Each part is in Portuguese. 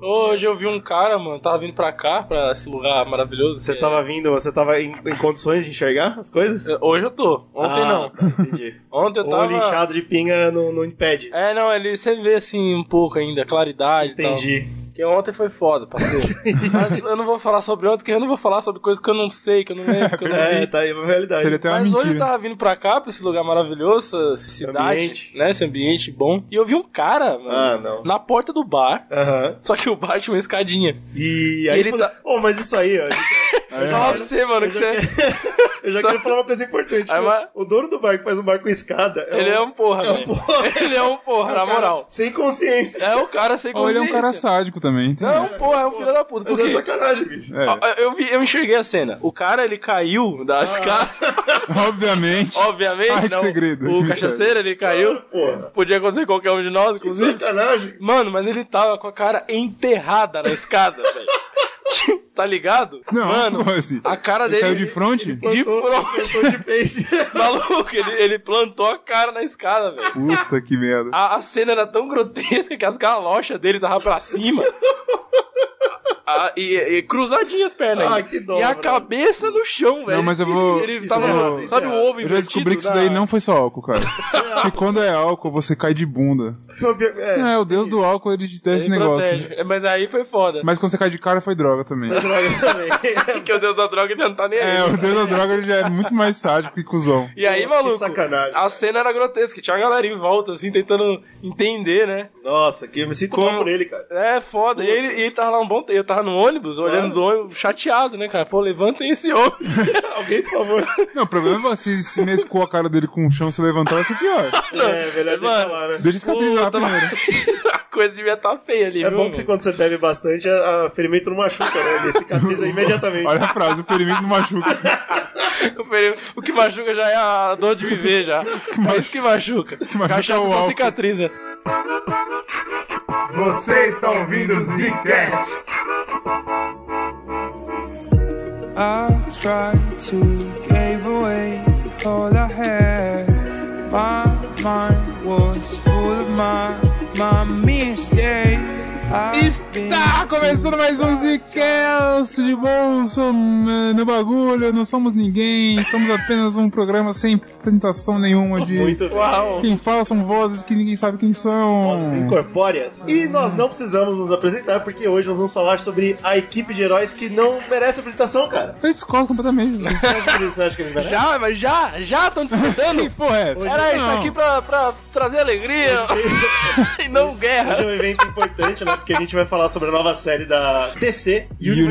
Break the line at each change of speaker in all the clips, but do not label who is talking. Hoje eu vi um cara, mano, tava vindo pra cá, pra esse lugar maravilhoso. que
Você
é-
tava vindo, você tava em, em condições de enxergar as coisas?
Hoje eu tô. Ontem
Ah,
não.
tá, Entendi.
Ontem eu
O
tava.
lixado de pinga não, não impede.
É, não, ele você vê assim um pouco ainda, claridade e
Entendi.
tal. Porque ontem foi foda, parceiro. Mas eu não vou falar sobre ontem, porque eu não vou falar sobre coisa que eu não sei, que eu não lembro, que eu não
É,
vi.
tá aí a realidade.
Seria até uma
Mas hoje eu
mentira.
tava vindo pra cá, pra esse lugar maravilhoso, essa cidade,
ambiente.
né? Esse ambiente bom. E eu vi um cara, mano,
Ah, não.
na porta do bar.
Aham.
Só que o bar tinha uma escadinha.
E aí
ele
fala- Ô, mas isso aí, ó.
Eu falar pra você, mano, que
É. Eu
você. é.
já, eu já
Só-
queria falar uma coisa importante.
Aí,
que
mas-
O dono do bar que faz um bar com escada.
Ele é um porra,
É um
velho.
porra.
Ele é um porra, na
cara
moral.
Sem consciência.
É um cara sem
Ou ele
consciência.
é um cara sádico também. tem
Não,
isso.
porra, é um filho da puta.
Mas
Porque
é sacanagem, bicho.
É,
eu, vi, eu enxerguei a cena. O cara, ele caiu da
Ah.
escada,
obviamente.
obviamente.
Ai, que
não.
segredo,
O
que
cachaceiro, ele caiu.
Porra.
Podia acontecer com qualquer um de nós,
Que
inclusive.
sacanagem.
Mano, mas ele tava com a cara enterrada na escada, velho. tá ligado?
Não,
Mano,
como assim?
a cara
Ele
dele.
Caiu de fronte?
De fronte.
plantou de face.
Maluco, ele, ele plantou a cara na escada, velho.
Puta que merda.
A, a cena era tão grotesca que as galochas dele tava pra cima. Ah, e, e cruzadinha as pernas.
Ah,
ainda.
que dó,
e a
mano.
cabeça no chão, velho.
mas eu vou-
Ele, ele
Isso
tava.
é errado, isso
sabe
é
o
errado.
ovo
Eu
invertido?
já descobri que isso
na-
daí não foi só álcool, cara. que quando é álcool, você cai de bunda. É, o deus do álcool, ele te dá esse
Ele
negócio.
protege. É, Mas aí foi foda.
Mas quando você cai de cara, foi droga também.
Porque o deus da droga ele não tá nem aí.
É, o deus da droga, ele já é muito mais sádico que cuzão.
E aí,
Que
maluco,
sacanagem.
a cena era grotesca. Tinha uma galera em volta, assim, tentando entender, né?
Nossa, que eu me sinto mal por ele, cara.
É, foda. E ele, e ele tava lá um bom tempo. Eu tava no ônibus, olhando do ônibus, chateado, né, cara? Pô, levantem esse ônibus.
Alguém, por favor.
Não, o problema é se, se mescou a cara dele com o chão, se levantar, vai ser pior.
É, melhor deixar
Mano,
lá, né?
Deixa cicatrizar
Puta,
primeiro.
a coisa devia estar feia ali,
É
viu?
bom que
mano?
quando você bebe bastante, a, a ferimento não machuca, né? Ele cicatriza imediatamente.
Olha a frase, o ferimento não machuca.
O feri- O que machuca já é a dor de viver, já. É isso que machuca.
machuca
Cachaça
é o
só
álcool.
cicatriza.
Você está ouvindo o Zcast.
I tried to give away all I had. My mind was full of my, my mistakes. I've been
Está começando mais um Zcast de bolso hum, no bagulho. Não somos ninguém, somos apenas um programa sem apresentação nenhuma de...
Muito bem.
Uau.
Quem fala são vozes que ninguém sabe quem são.
incorpóreas. E nós não precisamos nos apresentar, porque hoje nós vamos falar sobre a equipe de heróis que não merece apresentação, cara.
Eu discordo completamente.
Você acha que eles- Você acha que eles merecem?
Já, mas já, já estão disputando?
Porra, é.
Era isso, tá aqui pra, pra trazer alegria e não
Hoje é
guerra.
um evento importante, né? Porque a gente vai falar sobre a nova série da DC Universe.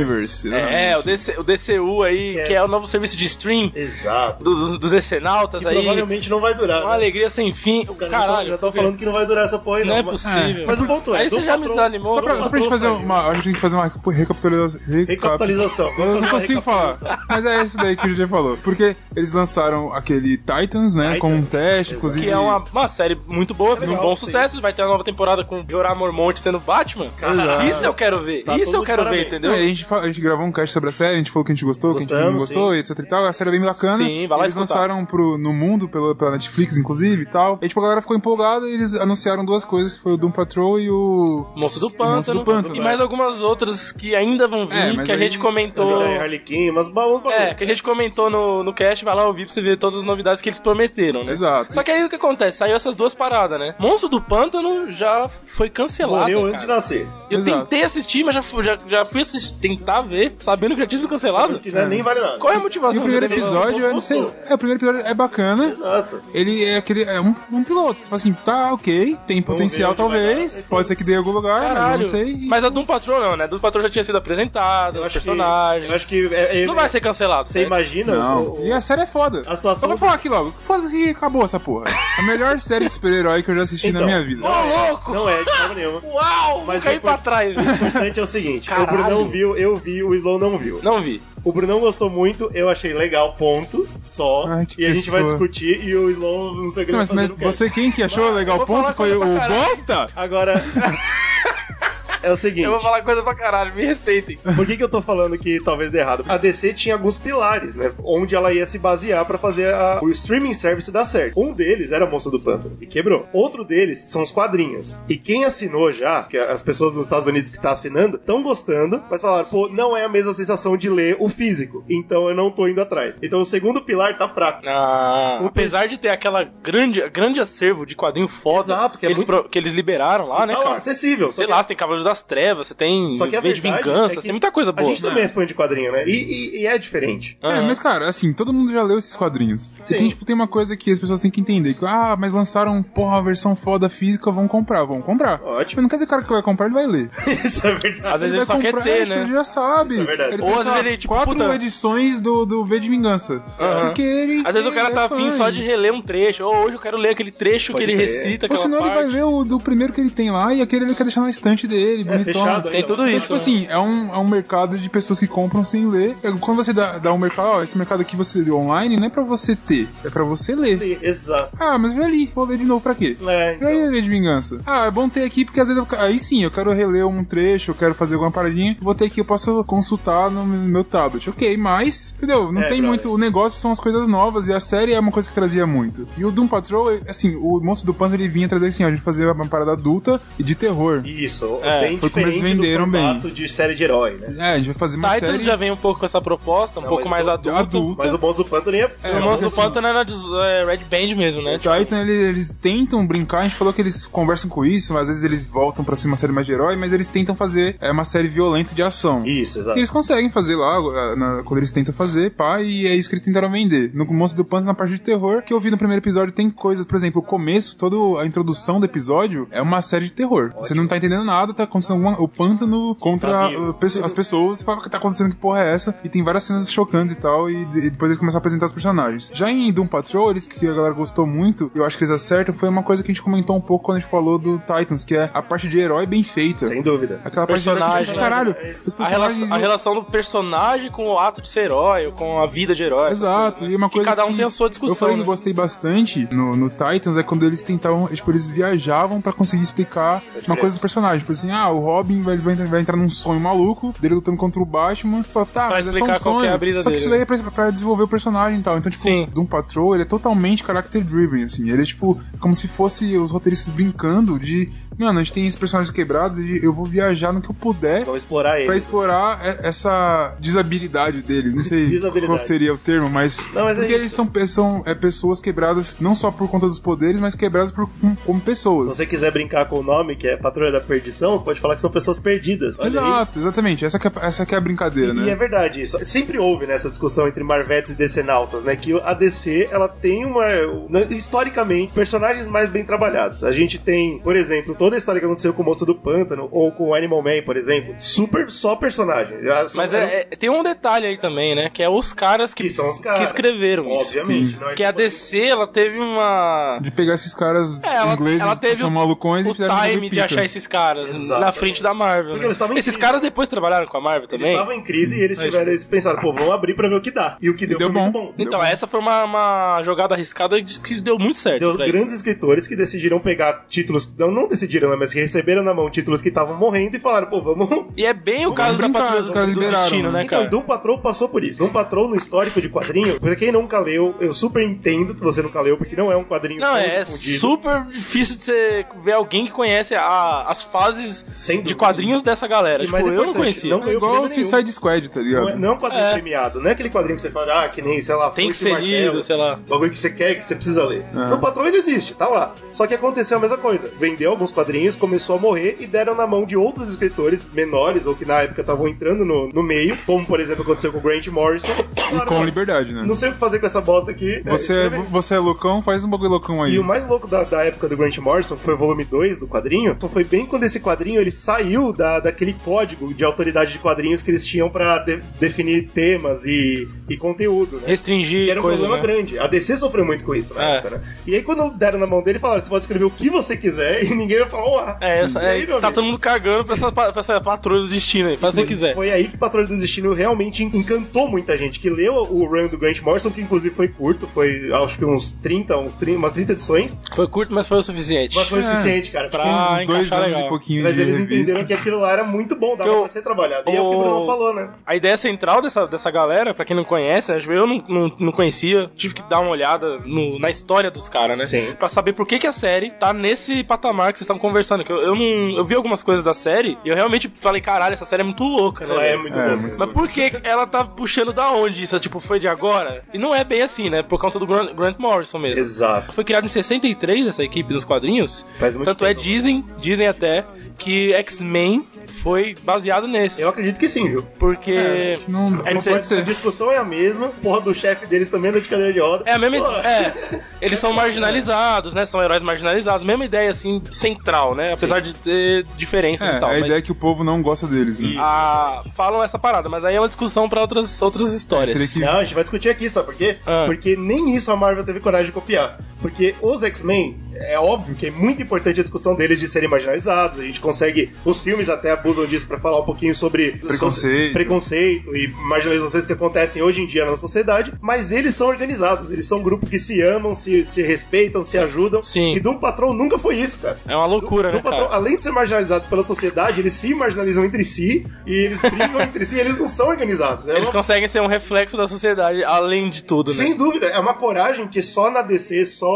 Universe. né?
É, o, DC, o DCU aí,
é-
que é o novo serviço de stream
Exato.
dos, dos- dos Decenautas aí.
Provavelmente não vai durar.
Uma
né?
alegria sem fim.
Os caras
Caralho,
já estão falando que não vai durar essa porra aí,
não é
mas-
possível.
Mas o ponto é,
Aí você
do
já me
patrão-
desanimou.
só pra-
Só pra gente fazer uma. A gente tem que fazer uma recapitulação.
Recapitalização.
Eu
Vamos
não
fazer
consigo
uma
falar.
recapitalização.
Mas é isso daí que o DJ falou. Porque eles lançaram aquele Titans, né? Com um
Titans.
teste, inclusive.
Que é uma, uma série muito boa, fez um
legal,
bom
sim.
sucesso. Vai ter a nova temporada com o Jorah Mormont sendo Batman.
Exato.
Isso eu quero ver.
Tá
Isso
todo
eu quero
de
ver,
parabéns.
Não,
entendeu?
e a, gente, fa- a gente gravou um cast sobre a série, a gente falou que a gente gostou, que a gente não
Gostamos,
gostou, etc e tal. A série é bem bacana.
Sim, vai lá
eles
escutar.
lançaram pro, no mundo, pela, pela Netflix, inclusive, e tal. E tipo, a galera ficou empolgada e eles anunciaram duas coisas, que foi o Doom Patrol e o...
Monstro do
e o Monstro
Pântano.
do Pântano.
E mais algumas outras que ainda vão vir,
É, mas
que a
aí-
gente comentou.
É, Harley Quinn, umas baús
É, que a gente comentou no, no cast, vai lá ouvir pra você ver todas as novidades que eles prometeram, né?
Exato.
Só que aí o que acontece? Saiu essas duas paradas, né? Monstro do Pântano já foi cancelado.
Morreu
cara.
antes de nascer.
Eu
Exato.
tentei assistir, mas já, fu- já, já fui assistir, tentar ver, sabendo que já tinha sido cancelado.
Que né, nem vale nada.
Qual é a
E o
motivação
primeiro
de cancelar?
episódio, eu não sei.
gostou.
É, o primeiro episódio é bacana.
Exato.
Ele é aquele. É um, um piloto. Você fala assim, tá, ok, tem potencial
ver onde vai
talvez.
dar.
Pode ser que dê em algum
Ah,
lugar,
Caralho.
mas eu não sei.
Mas a Doom Patrol não, né? A Doom Patrol já tinha sido apresentada, os personagens.
Eu acho que é- é-
Não vai ser cancelado. né?
Você
certo?
imagina?
Não.
o- o-
E a série é foda.
A situação-
Eu vou falar aqui logo. Foda que acabou essa porra. A melhor série de super-herói que eu já assisti na
Então.
minha vida.
Ô, louco!
Não é, de forma nenhuma.
Uau! Mas
Mas
caí
é
pra
por-
trás.
O importante é o seguinte:
Caralho.
o Brunão viu, eu vi, o Slow não viu.
não vi.
O Brunão gostou muito, eu achei legal, ponto, só.
Ai, que
e a gente vai
pessoa.
discutir e o Slow não sei o que
Não,
ele vai
mas, mas
fazer no cast.
você quem que achou legal
vou
ponto
falar
foi
coisa
o
pra caralho.
bosta?
Agora, é o seguinte.
Eu vou falar coisa pra caralho, me respeitem.
Por que, que eu tô falando que talvez dê errado? A DC tinha alguns pilares, né? Onde ela ia se basear pra fazer a- o streaming service dar certo. Um deles era a Moça do Pântano, e quebrou. Outro deles são os quadrinhos. E quem assinou já, que as pessoas nos Estados Unidos que tá assinando, estão gostando, mas falaram, pô, não é a mesma sensação de ler o físico. Então eu não tô indo atrás. Então o segundo pilar tá fraco.
Ah,
O
apesar de ter aquela grande, grande acervo de quadrinho foda
Exato, que é
eles,
muito-
pro- que eles liberaram lá, né,
Tá lá,
cara?
acessível.
Sei
só que-
lá, você tem Cavaleiros das Trevas, você tem
Só que a
V de
verdade
Vingança,
é que
tem muita coisa boa.
A gente também é fã de quadrinho, né? E, e- e é diferente.
Ah,
É, mas cara, assim, todo mundo já leu esses quadrinhos. Você
Sim.
tem, tipo, tem uma coisa que as pessoas têm que entender, que, ah, mas lançaram, porra, a versão foda física, vão comprar, vão comprar.
Ótimo.
Mas não quer dizer que o cara que vai comprar, ele vai ler.
Isso é verdade.
Às vezes ele
vai
só quer
comprar,
ter,
tipo,
né?
Ele já sabe.
Isso é verdade.
Ele
Ou às
pensa,
vezes
ah,
ele, tipo,
quatro
puta-
edições do, do V de Vingança.
Aham.
Porque ele.
Às vezes o
ele
cara
é
tá
fã,
afim só de
ele-
reler um trecho, ou hoje eu quero ler aquele trecho
Pode
que ele
crer.
recita,
Ou
aquela
senão ele vai
parte.
ler o do primeiro que ele tem lá e aquele ele quer deixar na estante dele,
É
bonitão.
fechado.
Tem
ainda. tá
tudo
Então,
isso. né?
tipo assim, é um, é um mercado de pessoas que compram sem ler. É, Quando você dá, dá um mercado, ó, esse mercado aqui você lê online, não é pra você ter, é pra você ler.
assim. Exato.
Ah, mas eu já li, vou ler de novo pra quê?
É,
Já li
então.
ler de vingança. Ah, é bom ter aqui, porque às vezes eu- aí sim, eu quero reler um trecho, eu quero fazer alguma paradinha, vou ter aqui, eu posso consultar no meu tablet. Ok, mas, entendeu? Não
É,
tem
brother.
muito. O negócio são as coisas novas e a série é uma coisa que trazia muito. E o Doom Patrol, assim, o monstro do Panzer ele vinha trazer assim, ó, a gente fazia uma parada adulta e de terror.
Isso,
É,
bem
foi como eles
diferente
venderam
do
bem.
formato de série de herói, né?
É, a gente vai fazer uma
Titans
série
já vem um pouco com essa proposta, um
Não,
pouco mais
mas do-
adulto.
adulta.
Mas o Monstro do Pântano ia...
É, o
porque
monstro do
assim-
Pântano era des- é, Red Band mesmo, né?
O Titan, então, ele- eles tentam brincar, a gente falou que eles conversam com isso, mas às vezes eles voltam pra ser uma série mais de herói, mas eles tentam fazer é, uma série violenta de ação.
Isso,
E
exato.
eles conseguem fazer lá, eh, na- quando eles tentam fazer, pá, e é isso que eles tentaram vender. No Monstro do Pântano, na parte de terror, que eu vi no primeiro episódio, tem coisas, por exemplo, o começo, toda a introdução do episódio é uma série de terror. Você não tá entendendo nada, tá acontecendo alguma... O pântano
Tá
contra
vivo.
eh, pesso- as pessoas, você fala o que tá acontecendo, que porra é essa? E tem várias cenas chocantes e tal, e, de- e depois eles começam a apresentar os personagens. Já em Doom Patrol, eles que a galera gostou muito, eu acho que eles acertam, foi uma coisa que a gente comentou um pouco quando a gente falou do Titans, que é a parte de herói bem feita.
Sem dúvida.
Aquela parte de herói que a gente
Personagem.
pensa, caralho,
É
os
A
personagens...
relação, a relação do personagem com o ato de ser herói, ou com a vida de herói. essas
Exato,
coisas, né?
e uma
Que
coisa
cada um
que
tem a sua
Eu falei
discussão.
que
né?
gostei bastante no, no Titans é quando eles tentavam, tipo, eles viajavam pra conseguir explicar uma coisa do personagem. Tipo assim, ah, o Robin vai, eles vai, entrar, vai entrar num sonho maluco, dele lutando contra o Batman. Tipo, tá, mas é só um
explicar qual que é
sonho.
a brisa
só que
dele,
isso daí
né?
é pra, pra desenvolver o personagem e tal. Então, tipo,
Sim.
Doom Patrol, ele é totalmente character driven, assim. Ele é, tipo, como se fosse os roteiristas brincando de, mano, a gente tem esses personagens quebrados e eu vou viajar no que eu puder
Vamos explorar ele.
Pra explorar e- essa desabilidade deles. Não sei
Desabilidade.
qual seria o termo, mas.
Não, mas é
porque
isso.
eles são, pe- são é, pessoas quebradas não só por conta dos poderes, mas quebradas por, com- como
Se
pessoas.
você quiser brincar com o nome, que é Patrulha da Perdição, você pode falar que são pessoas perdidas. Olha aí.
Exato, exatamente. Essa que é, essa que é a brincadeira,
E é
né?
verdade isso. Sempre houve nessa discussão entre Marvetes e DCnautas, né? Que a DC, ela tem uma. né, Historicamente, personagens mais bem trabalhados. A gente tem, por exemplo, toda a história que aconteceu com o Monstro do Pântano ou com o Animal Man, por exemplo. Super só personagem. Já são-
Mas é- é- tem um detalhe aí também, né? Que é os caras que,
Que são os caras.
que escreveram isso.
Obviamente.
Sim.
não é
Que a DC, ela teve uma...
De pegar esses caras
É, ela,
ingleses
ela
que
teve
são malucões
o
e fizeram
time de
repica.
achar esses caras na
Exatamente.
frente da Marvel.
Porque
né?
eles estavam em
Esses
crise.
caras depois trabalharam com a Marvel
Eles
também.
estavam em crise e eles
É
tiveram eles pensaram, pô, vamos abrir pra ver o que dá. E o que deu,
deu
foi muito
bom.
bom.
Então, essa foi uma, uma jogada arriscada que deu muito certo.
Deu
pra eles.
grandes escritores que decidiram pegar títulos, não, não decidiram, né, mas que receberam na mão títulos que estavam morrendo e falaram, pô, vamos
E é bem o caso da
brincar,
patrulha
os
do,
caras
do
liberaram,
destino,
né?
né,
Então,
cara?
Doom Patrol passou por isso. Doom Patrol no histórico de quadrinho, pra quem nunca leu, eu super entendo que você nunca leu, porque não é um quadrinho
Não,
tão
é
difundido.
super difícil de você ver alguém que conhece a- as fases
Sem
de
dúvida.
quadrinhos dessa galera.
E
Tipo,
mais
eu não
importante,
conhecia.
não
É
ganhou
igual o
prêmio nenhum.
Suicide Squad, tá ligado?
Não é, não é um quadrinho
É.
premiado, não é aquele quadrinho que você fala, ah, que nem, sei lá,
Tem que
Foice e
ser lido,
Martelo,
sei lá.
Bagulho que você quer, que você precisa ler.
É.
Então, o patrão ele existe, tá lá. Só que aconteceu a mesma coisa. Vendeu alguns quadrinhos, começou a morrer e deram na mão de outros escritores menores ou que na época estavam entrando no, no meio, como por exemplo aconteceu com o Grant Morrison. Falaram,
Com
"Não,
liberdade, né?
Não sei o que fazer com essa bosta aqui.
Você, é,
escreve aí."
você é loucão, faz um bagulho loucão aí.
E o mais louco da, da época do Grant Morrison, que foi o volume 2 do quadrinho, então foi bem quando esse quadrinho ele saiu da, daquele código de autoridade de quadrinhos que eles tinham pra de- definir temas e, e conteúdo, né?
Restringir
Que era um
coisas,
problema
né?
grande. A DC sofreu muito com isso na
É.
época, né? E aí, quando deram na mão dele, falaram: você pode escrever o que você quiser e ninguém vai falar um A.
É,
Sim.
essa,
E aí,
é,
meu
tá
amigo,
todo mundo cagando pra essa, pra essa patrulha do destino aí. Faz o que você quiser.
Foi aí que Patrulha do Destino realmente encantou muita gente, que leu o run do Grant Morrison, que inclusive foi curto, foi acho que uns 30, uns 30, umas 30 edições,
Foi curto, mas foi o suficiente.
mas foi o
É.
suficiente, cara.
Pra-
Tipo,
Tem uns
Ah, encaixar
dois anos
legal.
e pouquinho
mas
de
eles
revista.
entenderam que aquilo lá era muito bom, dava
Eu-
pra ser trabalhado. E é o que o
o-
Bruno falou, né?
A ideia central dessa, dessa galera, pra quem não conhece, acho que eu não, não, não conhecia, tive que dar uma olhada no- na história dos caras, né?
Sim.
Pra saber por que, que a série tá nesse patamar que vocês estavam conversando. Que eu, eu não. Eu vi algumas coisas da série e eu realmente falei, caralho, essa série é muito louca, né?
Ela é
velho?"
muito
É,
boa.
muito-
Mas por que ela tá puxando da onde isso? Tipo, foi de agora? E não é bem assim, né? Por conta do Grant, Grant Morrison mesmo.
Exato.
Foi criado em 63 essa equipe dos quadrinhos.
Faz muito
Tanto é,
tempo.
dizem, dizem até que X-Men foi baseado nesse.
Eu acredito que sim, viu?
Porque.
É, não-
é,
não
eles-
pode
A
ser.
discussão é a mesma, porra do chefe deles também anda de cadeira de roda.
é a mesma
Pô,
é, Eles são marginalizados, né? São heróis marginalizados. Mesma ideia, assim, central, né? Apesar de ter diferenças
É,
e tal.
a
mas
ideia é que o povo não gosta deles, né?
a- falam essa parada, mas aí é uma discussão pra outras, outras histórias.
É, Seria que
Não, a gente vai discutir aqui, sabe por quê?
Ah.
Porque nem isso a Marvel teve coragem de copiar. Porque os X-Men, é óbvio que é muito importante a discussão deles de serem marginalizados. A gente consegue. Os filmes até abusam disso pra falar um pouquinho sobre
Preconceito.
preconceito e marginalizações que acontecem hoje em dia na sociedade. Mas eles são organizados, eles são um grupo que se amam, se, se respeitam, se ajudam.
Sim.
E Doom Patrol nunca foi isso, cara.
É uma loucura,
Doom
né,
Patrol,
cara?
além de ser marginalizado pela sociedade, eles se marginalizam entre si e eles brigam entre si, e eles não são organizados. É
Eles
uma
conseguem ser um reflexo da sociedade, além de tudo, né?
sem dúvida, é uma coragem que só na DC, só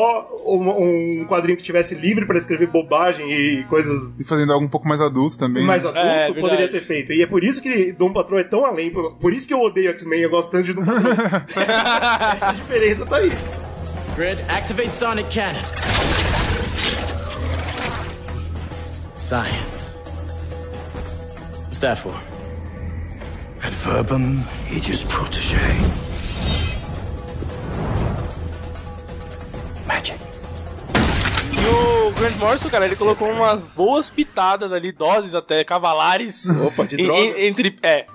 um, um quadrinho que tivesse livre pra escrever bobagem e coisas
e fazendo algo um pouco mais adulto também. né?
mais adulto
É, é
poderia
verdade.
ter feito. E é por isso que Dom Patrol é tão além. Por por isso que eu odeio X-Men, eu gosto tanto de Dom Patrol. essa, essa diferença tá aí.
Grid, activate sonic cannon. Science. What's that for?
Ad verbum aegis protege. Magic.
E o Grant Morrison, cara, ele colocou umas boas pitadas ali, doses até, cavalares.
Opa, de
Em-
droga.
em- entre. É.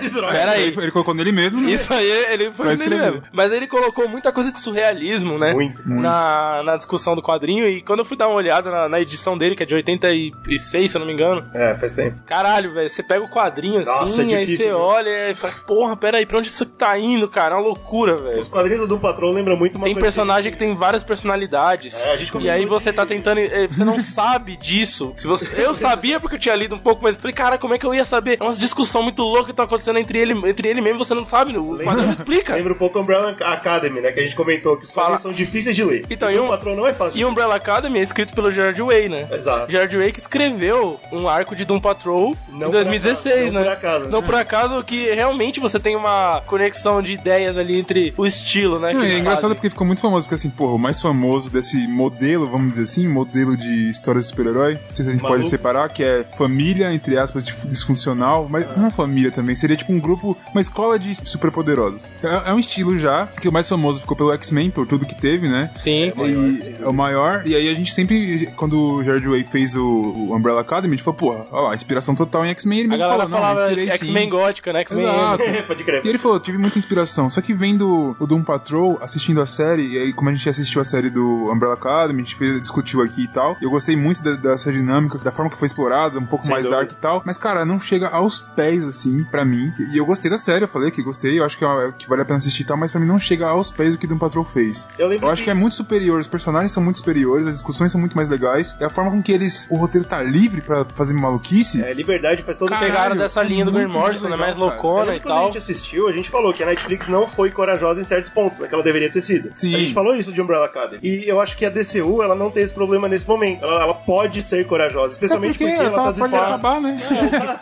Que droga.
Peraí.
É, Ele, ele colocou nele mesmo, né?
Isso aí, ele foi
Pra
nele
escrever.
mesmo. Mas ele colocou muita coisa de surrealismo, né?
Muito,
Na, na discussão do quadrinho. E quando eu fui dar uma olhada na, na edição dele, que é de 86, se eu não me engano.
É, faz tempo.
Caralho, velho, você pega o quadrinho assim,
Nossa, é
aí
difícil,
você
né?
olha e fala, porra, peraí, pra onde isso tá indo, cara? É uma loucura, velho.
Os quadrinhos do Dom Patrol lembram muito uma
Tem
coisa
personagem que tem várias personalidades.
É, a gente
e
comentou
aí
de-
você tá tentando. eh, Você não sabe disso. Se você, eu sabia porque eu tinha lido um pouco, mas eu falei, cara, como é que eu ia saber? É uma discussão muito louca que tá acontecendo entre ele, entre ele mesmo, você não sabe. O quadrinho não explica.
Lembra um pouco Umbrella Academy, né? Que a gente comentou que os
Fala.
quadrinhos são difíceis de ler.
Então,
e
e
Dom
um-
Patrol não é fácil.
E Umbrella Academy é escrito pelo Gerard Way, né?
Exato.
Gerard Way que escreveu um arco de Doom Patrol
Não
em 2016,
por acaso, não
né?
por acaso.
Não por acaso que realmente você tem uma conexão de ideias ali entre o estilo, né? que
Não, e
eles
é engraçado
fazem.
porque ficou muito famoso, porque assim, porra, o mais famoso desse modelo, vamos dizer assim, modelo de história de super-herói, não sei se a gente
Maluco.
pode separar, que é família, entre aspas, dif- disfuncional, mas
É.
não família também, seria tipo um grupo, uma escola de superpoderosos. É, é um estilo já, que o mais famoso ficou pelo X-Men, por tudo que teve, né?
Sim.
E é o maior, e aí a gente sempre, quando o George Way fez o, o Umbrella Academy, a gente falou, porra, ó lá, inspiração total em X-Men, ele
A
mesmo
galera
falou, não, me
falava
inspirei sim.
X-Men gótica, né? X-Men.
Exato.
Pode crer.
E ele falou, tive muita inspiração. Só que vendo o Doom Patrol, assistindo a série, e aí como a gente assistiu a série do Umbrella Academy, a gente fez- discutiu aqui e tal, eu gostei muito da- dessa dinâmica, da forma que foi explorada, um pouco
Sem
mais
dúvida.
dark e tal. Mas, cara, não chega aos pés, assim, pra mim. E eu gostei da série, eu falei que gostei, eu acho que, é uma- que vale a pena assistir e tal, mas pra mim não chega aos pés do que Doom Patrol fez.
Eu lembro
acho
que-
que é muito superior, os personagens são muito superiores, as discussões são muito mais legais, e a forma com que eles... O roteiro tá livre pra fazer maluquice...
É, liberdade faz todo
Caralho,
Pegaram dessa
é
linha do Green
muito
Morrison, né?
legal,
Mais
cara. É
Eu
loucona
lembro
e
quando a
tal.
gente assistiu, a gente falou que a Netflix não foi corajosa em certos pontos, né, que ela deveria ter sido.
Sim.
A gente falou isso de Umbrella Academy. E eu acho que a DCU, ela não tem esse problema nesse momento. Ela, ela pode ser corajosa, especialmente
é
porque, ela tá
pode
desesperada.
acabar, né?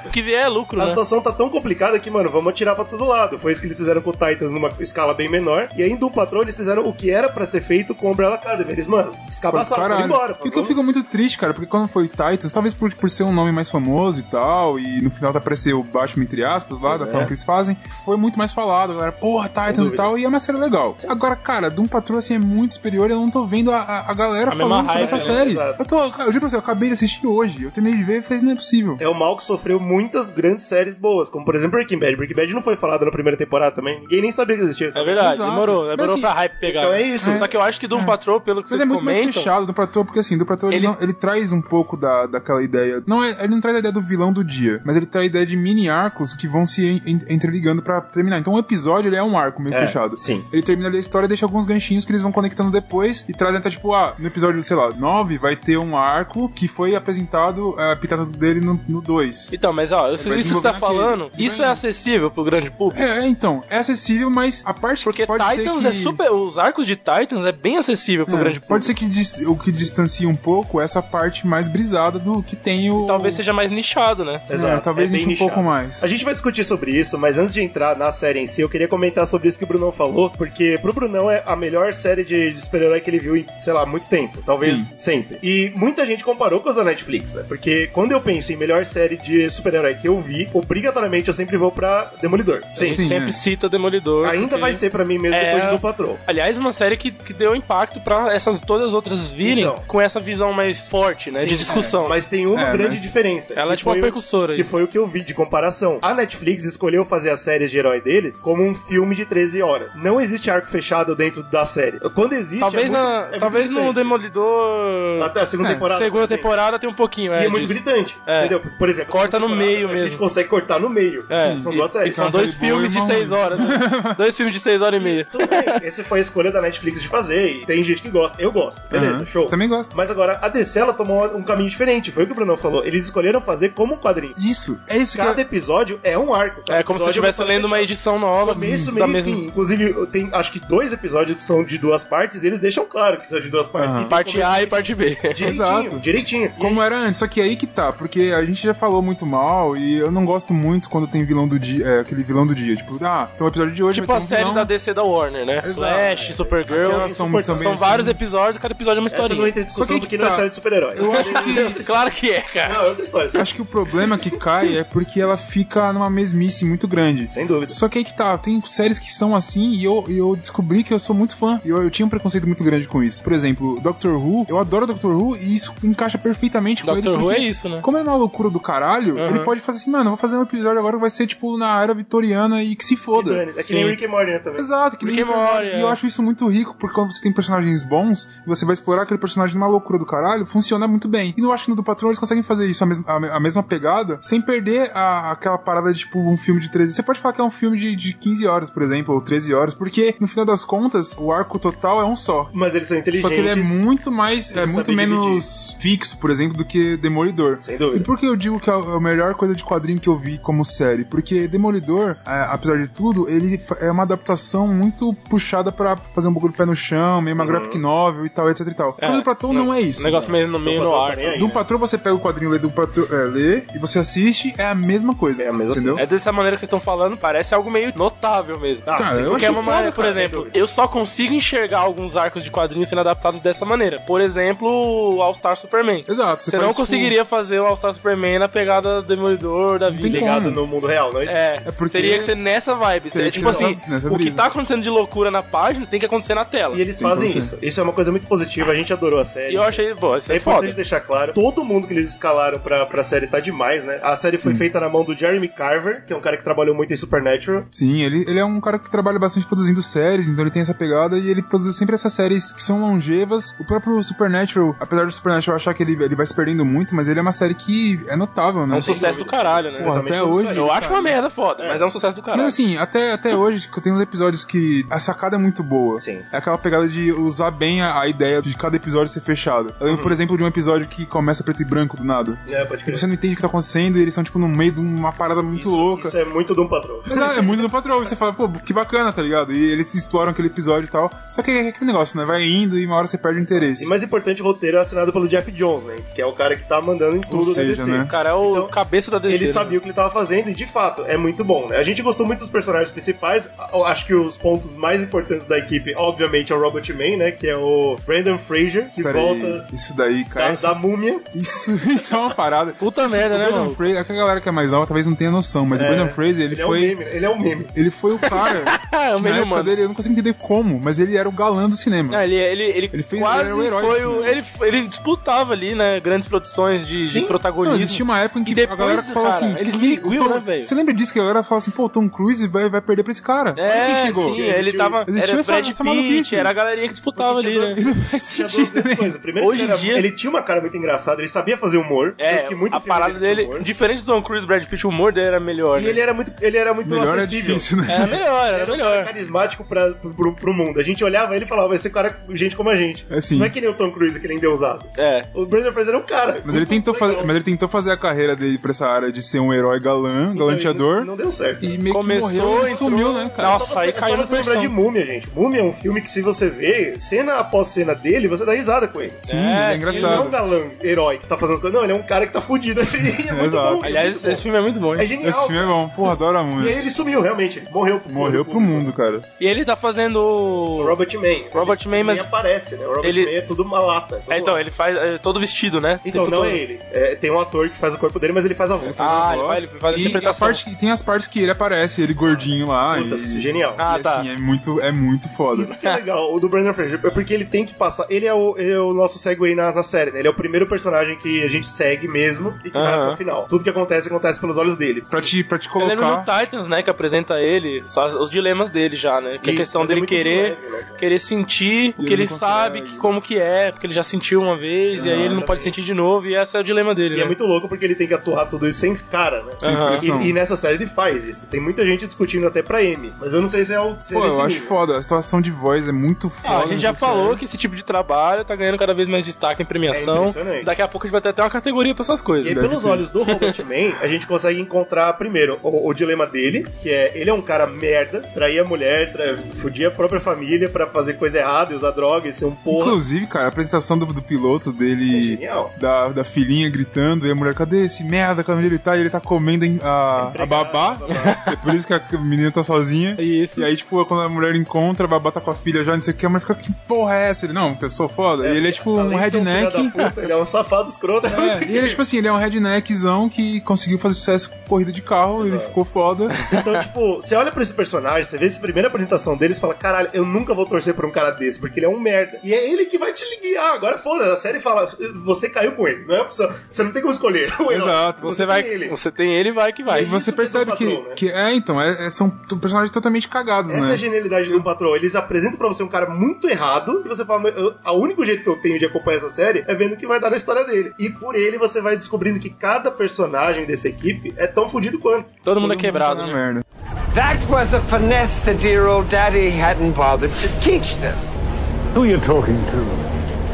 O que vier é lucro,
A
né?
situação tá tão complicada que, mano, vamos atirar pra todo lado. Foi isso que eles fizeram com o Titans numa escala bem menor. E aí, em Doom Patrol, eles fizeram o que era pra ser feito com o Umbrella Academy. Eles, mano,
Pra
escabaçaram, foram
caralho.
embora.
E o que eu
Vamos-
fico muito triste, cara, porque quando foi Titans, talvez por, por ser um nome mais famoso e tal, e no final tá apareceu o Batman, entre aspas, lá,
É.
da forma que eles fazem, foi muito mais falado, galera, porra, Titans e
dúvida.
tal, e é um uma série legal. Agora, cara, Doom Patrol, assim, é muito superior, eu não tô vendo a, a, a galera
A mesma
falando sobre
hype,
essa
né?
série. série.
Exato.
Eu, tô, eu juro pra você, eu acabei de assistir hoje. Eu terminei de ver e falei, não é possível.
É o mal que sofreu muitas grandes séries boas, como por exemplo Breaking Bad. Breaking Bad não foi falado na primeira temporada também. Ninguém nem sabia que existia.
É verdade,
Exato.
demorou.
Mas
Demorou
assim,
pra hype pegar.
então é isso.
Só que eu acho que Doom Patrol, pelo que
Mas
vocês
é muito mais
comentam...
fechado do Prator, porque assim, do Prator ele...
Ele-
não- ele traz um pouco da, daquela ideia. Não, é- ele não traz a ideia do vilão do dia, mas ele traz a ideia de mini arcos que vão se en- en- entreligando pra terminar. Então o episódio ele é um arco meio
É,
fechado.
sim.
Ele termina ali a história e deixa alguns ganchinhos que eles vão conectando depois e trazem até tipo, ah, no episódio, sei lá, 9 vai ter um arco que foi apresentado a pitata dele no, no 2.
Então, mas ó, isso,
É
vai
isso que você tá
desenvolver naquele.
falando,
Vai
isso é
lá.
acessível pro grande público?
É, é, então, é acessível, mas a parte
Porque
que pode ser
Titans
que...
é super... Os arcos de Titans é bem acessível pro
É,
grande público.
pode ser que dis- o que distancie um pouco é essa parte mais brisada do que tem o.
Talvez seja mais nichado, né?
É, talvez
bem
niche um
nichado.
pouco mais.
A gente vai discutir sobre isso, mas antes de entrar na série em si, eu queria comentar sobre isso que o Brunão falou, porque pro Brunão é a melhor série de, de super-herói que ele viu em, sei lá, muito tempo. Talvez
Sim.
sempre. E muita gente comparou com as da Netflix, né? Porque quando eu penso em melhor série de super-herói que eu vi, obrigatoriamente eu sempre vou pra Demolidor.
A gente
Sempre.
Sim,
sempre
é.
cita Demolidor.
Ainda
porque-
vai ser pra mim mesmo
É.
depois do Patrol.
Aliás, uma série que, que deu impacto pra essas todas as outras virem
Então. é.
com essa visão mais forte, né? de discussão.
Mas tem uma
É,
grande
mas-
diferença.
Ela é
que
tipo uma
foi o-
precursora aí.
Que foi o que eu vi de comparação. A Netflix escolheu fazer a série de herói deles como um filme de 13 horas. Não existe arco fechado dentro da série. Quando existe.
talvez
é muito-
na,
é muito
talvez no
gritante.
Demolidor.
Até a segunda
É,
temporada.
segunda
tem.
temporada tem um pouquinho, é.
E é muito
disso.
gritante.
É.
Entendeu? Por exemplo, a
Corta
segunda
no
temporada,
meio
A gente
mesmo.
consegue cortar no meio.
É,
São
e-
duas
e
séries.
são
Então,
dois
série boa
filmes
e
de
uma
seis
ruim.
horas. né? dois filmes de seis horas e meia.
Tudo bem, essa foi a escolha da Netflix de fazer, e tem gente que gosta. Eu gosto, beleza,
Aham,
show.
também gosto.
Mas agora, a DC, ela tomou um caminho diferente, foi o que o Brunão falou. Eles escolheram fazer como um quadrinho.
Isso, é isso que
Tá.
Cada
eu...
episódio é um arco. Cada
É como se eu
episódio é uma
estivesse
história
lendo uma
fechada.
edição nova.
Começo,
da
meio e
mesma
fim. Inclusive, eu tenho, acho que dois episódios que são de duas partes, e eles deixam claro que são de duas partes. E
Aham.
tem
parte
começo,
A e parte B.
Direitinho,
Exato.
direitinho. E
Como era antes, só que aí que tá, porque a gente já falou muito mal e eu não gosto muito quando tem vilão do dia, é, aquele vilão do dia, tipo, ah, tem um episódio de hoje,
Tipo
vai
a
ter um
série
vilão,
da DC da Warner, né?
Exato. É.
Flash, Supergirl.
Aquelas são- são
São
meio assim.
vários episódios, cada episódio é uma
Essa não
historinha.
entra em discussão
Só que
porque
que
não é
tá.
série de super-herói.
Eu acho que
Claro que é, cara.
Não, é outra história.
Acho que o problema que cai é porque ela fica numa mesmice muito grande.
Sem dúvida.
Só que aí que tá, tem séries que são assim e eu, e eu descobri que eu sou muito fã. E eu, eu tinha um preconceito muito grande com isso. Por exemplo, Doctor Who, eu adoro Doctor Who e isso encaixa perfeitamente com
Doctor
ele.
Who
porque
é isso, né?
Como é uma loucura do caralho,
Aham.
ele pode fazer assim, mano, eu vou fazer um episódio agora que vai ser tipo na era vitoriana e que se foda.
É que
Sim.
nem Rick and Morty né, também.
Exato, que
Rick
nem
and Morty,
E eu
é.
acho isso muito rico, porque quando você tem personagens bons, e você vai explorar aquele personagem numa loucura do caralho, funciona muito bem. E eu acho que no do Patrão eles conseguem fazer isso, a, mesma- a me- a mesma pegada, sem perder a- aquela parada de, tipo, um filme de 13. Você pode falar que é um filme de, de 15 horas, por exemplo, ou 13 horas, porque no final das contas, o arco total é um só.
Mas eles são inteligentes.
Só que ele é muito mais. É
que
muito
saber
menos fixo, por exemplo, do que Demolidor.
Sem dúvida.
E por que eu digo que é a melhor coisa de quadrinho que eu vi como série? Porque Demolidor, é, apesar de tudo, ele fa- é uma adaptação muito puxada pra fazer um bagulho pé no chão, meio
Uhum.
uma graphic novel e tal, etc e tal. Coisa do Platão não, é
um
isso.
O Um negócio meio no meio no
Patrol
ar.
tá nem aí.
Do patrão você pega o quadrinho, lê do patrão, é, lê e você assiste, é a mesma coisa.
É a mesma
entendeu?
É dessa maneira que vocês estão falando, parece algo meio notável mesmo.
Ah,
Cara,
sim.
eu
Porque é
acho
uma
foda,
maneira, por
cara, sem
exemplo,
dúvida.
eu só consigo enxergar alguns arcos de quadrinhos sendo adaptados dessa maneira. Por exemplo, o All-Star Superman.
Exato, você
Você
faz,
não
tipo,
conseguiria fazer o All-Star Superman na pegada do Demolidor da vida.
tem como.
Ligado no mundo real, não é?
É,
É porque-
teria que ser nessa vibe.
Teria
É
que
tipo
ser
assim,
nessa- nessa
o que
brisa.
tá acontecendo de loucura na página tem que acontecer na tela.
E eles
Tem
fazem
como ser.
isso. Isso é uma coisa muito positiva, a gente adorou a série.
E eu achei, pô, isso
É
é,
importante
foda.
deixar claro, todo mundo que eles escalaram pra, pra série tá demais, né? A série foi feita na mão do Jeremy Carver, que é um cara que trabalhou muito em Supernatural.
Sim, ele, ele é um cara que trabalha bastante produzindo séries, então ele tem essa pegada e ele produz sempre essas séries que são longevas. O próprio Supernatural, apesar do Supernatural achar que ele, ele vai se perdendo muito, mas ele é uma série que é notável, né?
É um sucesso do caralho, né?
Porra, até
Exatamente.
hoje.
Eu acho uma merda foda, mas é um sucesso do caralho.
Mas assim, até, até hoje que eu tenho uns episódios que a sacada é muito boa.
Sim.
É aquela pegada de usar bem a, a ideia de cada episódio ser fechado. Eu lembro,
Uhum.
por exemplo, de um episódio que começa preto e branco do nada.
É, pode
Que
crer.
você não entende o que tá acontecendo e eles estão, tipo, no meio de uma parada muito louca.
Isso é muito de um patrão.
Mas é, é muito do patrão. Você fala, pô, que bacana, tá ligado? E eles exploram aquele episódio e tal. Só que é aquele negócio, né? Vai indo e uma hora você perde o interesse.
E mais importante, o roteiro é assinado pelo Jeff Jones, né? Que é o cara que tá mandando em tudo da
seja,
DC.
né?
O cara é o
Então,
cabeça da DC.
Ele
né?
sabia o que ele tava fazendo e, de fato, é muito bom, né? A gente gostou muito dos personagens principais. Eu acho que os pontos mais importantes da equipe, obviamente, é o Robert Man, né? Que é o Brandon Fraser, que
Pera aí,
volta né? Tá.
Isso daí,
da,
cara. essa-
da múmia.
Isso, isso é uma parada.
Puta
Isso,
merda,
o
né,
Brandon
mano?
Fraser, é que a galera que é mais nova talvez não tenha noção, mas o Brandon Fraser, ele,
Ele
foi.
é um meme, né? ele é um meme.
ele foi o cara.
É, o
que na
meio
época
humano. É,
dele, eu não consigo entender como, mas ele era o galã do cinema.
Não, ele, ele, ele,
Ele fez-
quase
ele era o herói
foi
do
o.
cinema.
ele, ele disputava ali, né? Grandes produções de, de
Não,
protagonismo.
existia uma época em que
E depois,
a galera falou
cara,
assim.
eles me
"Ih, o
guiam,
Tom-"
né, velho?
Você lembra disso que a galera fala assim, pô, o Tom Cruise vai, vai perder pra esse cara? Olha quem
É,
chegou.
sim, ele tava.
Existiu
Era
essa-
Brad
essa
Pitt,
maluquice.
era a galerinha que disputava
Porque
ali,
tinha
né?
Não faz
Tinha duas
sentido,
grandes
né?
coisas. Primeiro,
Hoje
que
em
ele,
dia-
era, ele tinha uma cara muito engraçada, ele sabia fazer humor. tanto
É,
que muito
a
filme
parada
tinha
dele,
humor.
diferente do Tom Cruise, Brad Pitt, o humor dele era melhor.
E
né?
ele era muito, ele era muito
Melhor é
acessível.
difícil, né?
Era melhor, era
Ele um cara
melhor.
carismático pra, pro, pro mundo. A gente olhava ele e falava, esse cara, gente como a gente.
É, sim.
Não é que nem o Tom Cruise, que ele é endeusado.
É.
O Brendan Fraser é um cara.
Mas ele,
muito
tentou
legal.
fazer, mas ele tentou fazer a carreira dele pra essa área de ser um herói galã,
Então,
galanteador.
Não, não deu certo.
E meio
Começou,
que morreu, e
entrou-
sumiu, né, cara?
Nossa,
Só
aí
você-
caiu
só
na
você lembrar de
pressão.
Múmia, gente. Múmia é um filme que, se você vê cena após cena dele, você dá risada com ele.
Sim,
É,
ele é
sim,
Ele não é um
engraçado.
galã herói que tá fazendo as coisas. Não, ele é um cara que tá fudido ali. É muito
Exato.
bom.
Aliás,
é, muito bom.
esse filme é muito bom.
É
hein?
genial.
Esse filme é bom, porra, adoro a
E aí
música.
ele sumiu, realmente. Ele morreu pro
Morreu pro mundo, cara.
E ele tá fazendo.
O
o-
Robert Mann.
Robert
Ele-
Mann,
ele
mas-
nem aparece, né? O Robert
ele-
Mann é tudo uma lata.
É, então, ele faz é, todo vestido, né? O
Então,
tempo
não
todo.
é ele. É, tem um ator que faz o corpo dele, mas ele faz a voz.
Ah, ele faz, ele faz a
E a
interpretação.
parte que- tem as partes que ele aparece, ele gordinho lá.
Puta,
e,
genial.
Ah,
e
tá.
assim, é muito, é muito
E
foda.
o que é legal, o do Brandon Fraser, é porque ele tem que passar. Ele é o, ele é o nosso segue na, na série, né? Ele é o primeiro personagem que a gente segue mesmo e que vai
Aham.
até o final. Tudo que acontece, acontece pelos olhos dele.
Pra te, pra te
Eu lembro no
colocar.
Titans, né, que apresenta ele, só as- os dilemas dele já, né? Que é a
Isso,
questão
mas é
dele
muito
querer,
leve, né, cara?
querer sentir o
ele
que ele
não
sabe,
consegue.
que- como que é, porque ele já sentiu uma vez, e aí ele não pode sentir de novo, e esse é o dilema dele,
E
né?
é muito louco porque ele tem que atuar tudo isso sem cara, né?
Sem expressão.
E, e nessa série ele faz isso. Tem muita gente discutindo até pra M, mas eu não sei se é o. Se é
Pô,
nesse
eu acho
nível.
foda. A situação de voz é muito
Ah,
foda.
a gente já
nessa série.
falou que esse tipo de trabalho tá ganhando cada vez mais destaque em
É
premiação.
impressionante.
Daqui a pouco a gente vai ter até uma categoria pra essas
E
coisas.
aí,
né?
pelos olhos do Robot Man, a gente consegue encontrar primeiro o, o dilema dele, que é ele é um cara merda, traía a mulher, tra... fudia a própria família pra fazer coisa errada, e usar droga e ser um porra.
Inclusive, cara, a apresentação do, do piloto dele.
Genial.
da, da filhinha gritando, e a mulher, cadê esse merda? Cadê ele tá? E ele tá comendo hein, a, a babá. É por isso que a menina tá sozinha.
Isso.
E aí, tipo, quando a mulher encontra, a babá tá com a filha já, não sei o que, a mulher fica, que porra é essa? Ele, não, pessoa foda. e ele é tipo um
Além de ser tá filho
redneck.
da puta, ele é um safado escroto.
É, e ele é tipo assim, ele é um redneckzão que conseguiu fazer sucesso com corrida de carro, ele ficou foda.
Então, tipo, você olha pra esse personagem, você vê essa primeira apresentação dele e você fala: caralho, eu nunca vou torcer pra um cara desse, porque ele é um merda. E é ele que vai te ligar. Agora foda, a série fala: você caiu com ele, não é opção. Você não tem como escolher. o herói.
Exato,
Você, vai,
tem
você tem ele, vai que vai.
Aí
isso que
você
é
percebe
seu
que,
patrão, né?
que. É, então, é- é- são t- personagens totalmente cagados,
Essa é
né?
a genialidade do patrão. Eles apresentam pra você um cara muito errado e você fala, "Mas eu- o único jeito que eu tenho de acompanhar essa série é vendo o que vai dar na história dele. E por ele você vai descobrindo que cada personagem dessa equipe é tão fodido quanto.
Todo mundo é quebrado,
Puta
né?
merda.
That was a finesse the dear old daddy hadn't bothered to teach them.
Who are you talking to?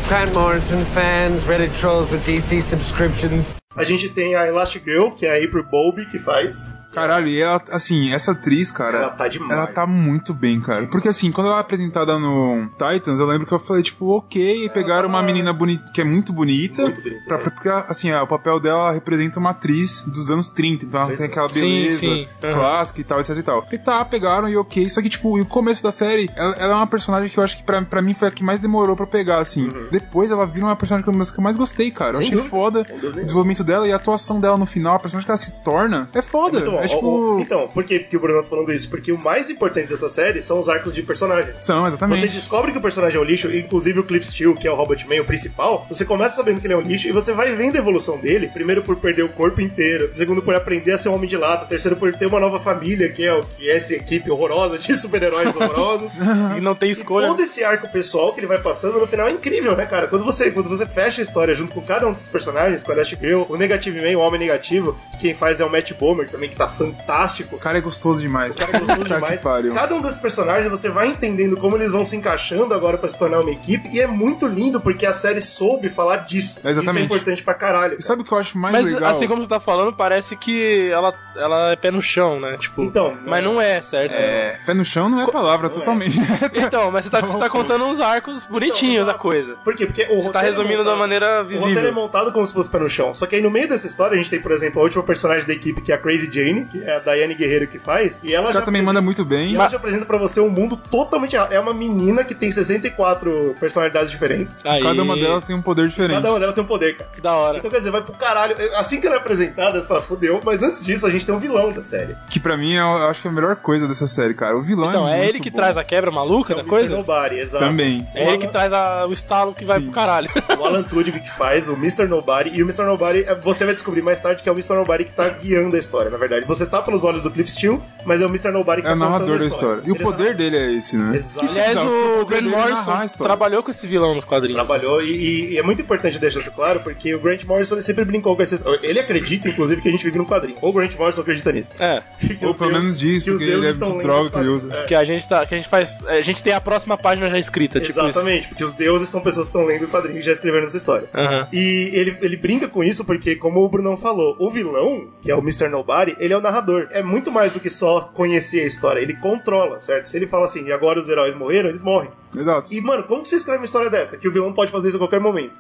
Grant Morrison fans, Reddit trolls with DC subscriptions.
A gente tem a Elastic Girl, que é a April Bobby que faz.
Caralho, e ela, assim, essa atriz, cara.
Ela tá demais.
Ela tá muito bem, cara. Porque assim, quando ela é apresentada no Titans, eu lembro que eu falei, tipo, ok, e pegaram uma menina boni- que é muito bonita.
tá Muito bonita,
pra-
é.
Porque, assim, ah, o papel dela representa uma atriz dos anos 30, então ela tem aquela
Sim,
beleza
sim. Aham.
clássica e tal, etc e tal. E tá, pegaram e ok. Só que, tipo, e o começo da série, ela, ela é uma personagem que eu acho que pra, pra mim foi a que mais demorou pra pegar, assim.
Uhum.
Depois ela vira uma personagem que eu, que eu mais gostei, cara. Eu achei foda o desenvolvimento dela e a atuação dela no final, a personagem que ela se torna, é foda.
Muito bom.
é tipo.
O- o- Então, por que, que o Bruno tá falando isso? Porque o mais importante dessa série são os arcos de personagem.
São, exatamente.
Você descobre que o personagem é um lixo, inclusive o Cliff Steele, que é o Robot Man, o principal. Você começa sabendo que ele é um lixo e você vai vendo a evolução dele. Primeiro por perder o corpo inteiro, segundo por aprender a ser um homem de lata, terceiro por ter uma nova família, que é, o, que é essa equipe horrorosa de super-heróis horrorosos.
E não tem
E
escolha.
todo esse arco pessoal que ele vai passando no final é incrível, né, cara? Quando você, quando você fecha a história junto com cada um dos personagens, com a Dash Girl, o Negative Man, o Homem Negativo, quem faz é o Matt Bomer também, que tá fantástico.
O cara é gostoso demais.
O cara é gostoso
Puta
demais.
que pariu.
Cada um desses personagens você vai entendendo como eles vão se encaixando agora pra se tornar uma equipe. E é muito lindo porque a série soube falar disso. Isso é
Exatamente.
importante pra caralho.
E sabe o que eu acho mais
Mas
legal?
assim como você tá falando, parece que ela, ela é pé no chão, né? Tipo,
Então,
mas não é, certo?
É, pé no chão não é palavra, totalmente.
É.
Então, mas você tá, você tá contando uns arcos bonitinhos da coisa.
Por quê? Porque o
Você tá
roteiro é
resumindo
montado-
da maneira
O roteiro é
visível.
montado como se fosse pé no chão. Só que aí no meio dessa história a gente tem, por exemplo, a última personagem da equipe, que é a Crazy Jane, Wolverine, que é a Daiane Guerreiro que faz, e ela
O
já
cara também manda muito bem.
E ela te apresenta pra você um mundo totalmente. errado. É uma menina que tem 64 personalidades diferentes.
Aí,
Cada uma delas tem um poder diferente.
Cada uma delas tem um poder, cara.
Que da hora.
Então quer dizer, vai pro caralho. Assim que ela é apresentada, você fala, fudeu. Mas antes disso, a gente tem um vilão da série.
Que pra mim é, eu acho que é a melhor coisa dessa série, cara. O vilão
Então,
é
é
muito
ele que
bom.
traz a quebra maluca da
Mr.
coisa?
Nobody, exato.
Também.
É ele que traz a- o estalo que vai pro caralho.
O Alan Tudyk que faz, o Mr. Nobody. E o Mr. Nobody, é- você vai descobrir mais tarde que é o Mr. Nobody que tá guiando a história, na verdade. Você tá pelos olhos do Cliff Steele, mas é o Mr. Nobody que
É o
tá contando
narrador
a
da história. E o
Ele é
poder dele é esse, né?
Exato.
Que
Aliás,
bizarro, porque
o
poder
Grant
dele é narrar a
Morrison
história.
trabalhou com esse vilão nos quadrinhos.
trabalhou e, e- e é muito importante deixar isso claro porque o Grant Morrison ele sempre brincou com esses. Ele acredita, inclusive, que a gente vive num quadrinho. Ou o Grant Morrison acredita nisso.
É.
Que
Ou
os
pelo
deuses-
menos diz,
que os
porque ele
deuses
é
estão
muito
lendo
droga
os
que ele usa.
quadrinhos. É,
Que a gente tá. Que a gente faz. A gente tem a próxima página já escrita, tipo isso.
Exatamente, porque os deuses são pessoas que estão lendo o quadrinho e já escreveram essa história.
Aham.
E ele, ele brinca com isso porque, como o Brunão falou, o vilão, que é o Mr. Nobody, ele é o narrador. É muito mais do que só conhecer a história, ele controla, certo? Se ele fala assim, e agora os heróis morreram, eles morrem.
Exato.
E, mano, como que você escreve uma história dessa? Que o vilão pode fazer isso a qualquer momento.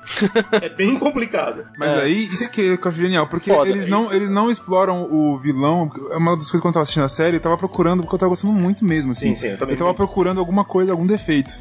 é bem complicado.
Mas aí, isso que eu acho genial, porque
Foda,
eles,
é
não, eles não exploram o vilão. É uma das coisas que eu tava assistindo a série, eu tava procurando, porque eu tava gostando muito mesmo,
Sim,
assim.
sim, eu também
tava
entendi.
procurando alguma coisa, algum defeito.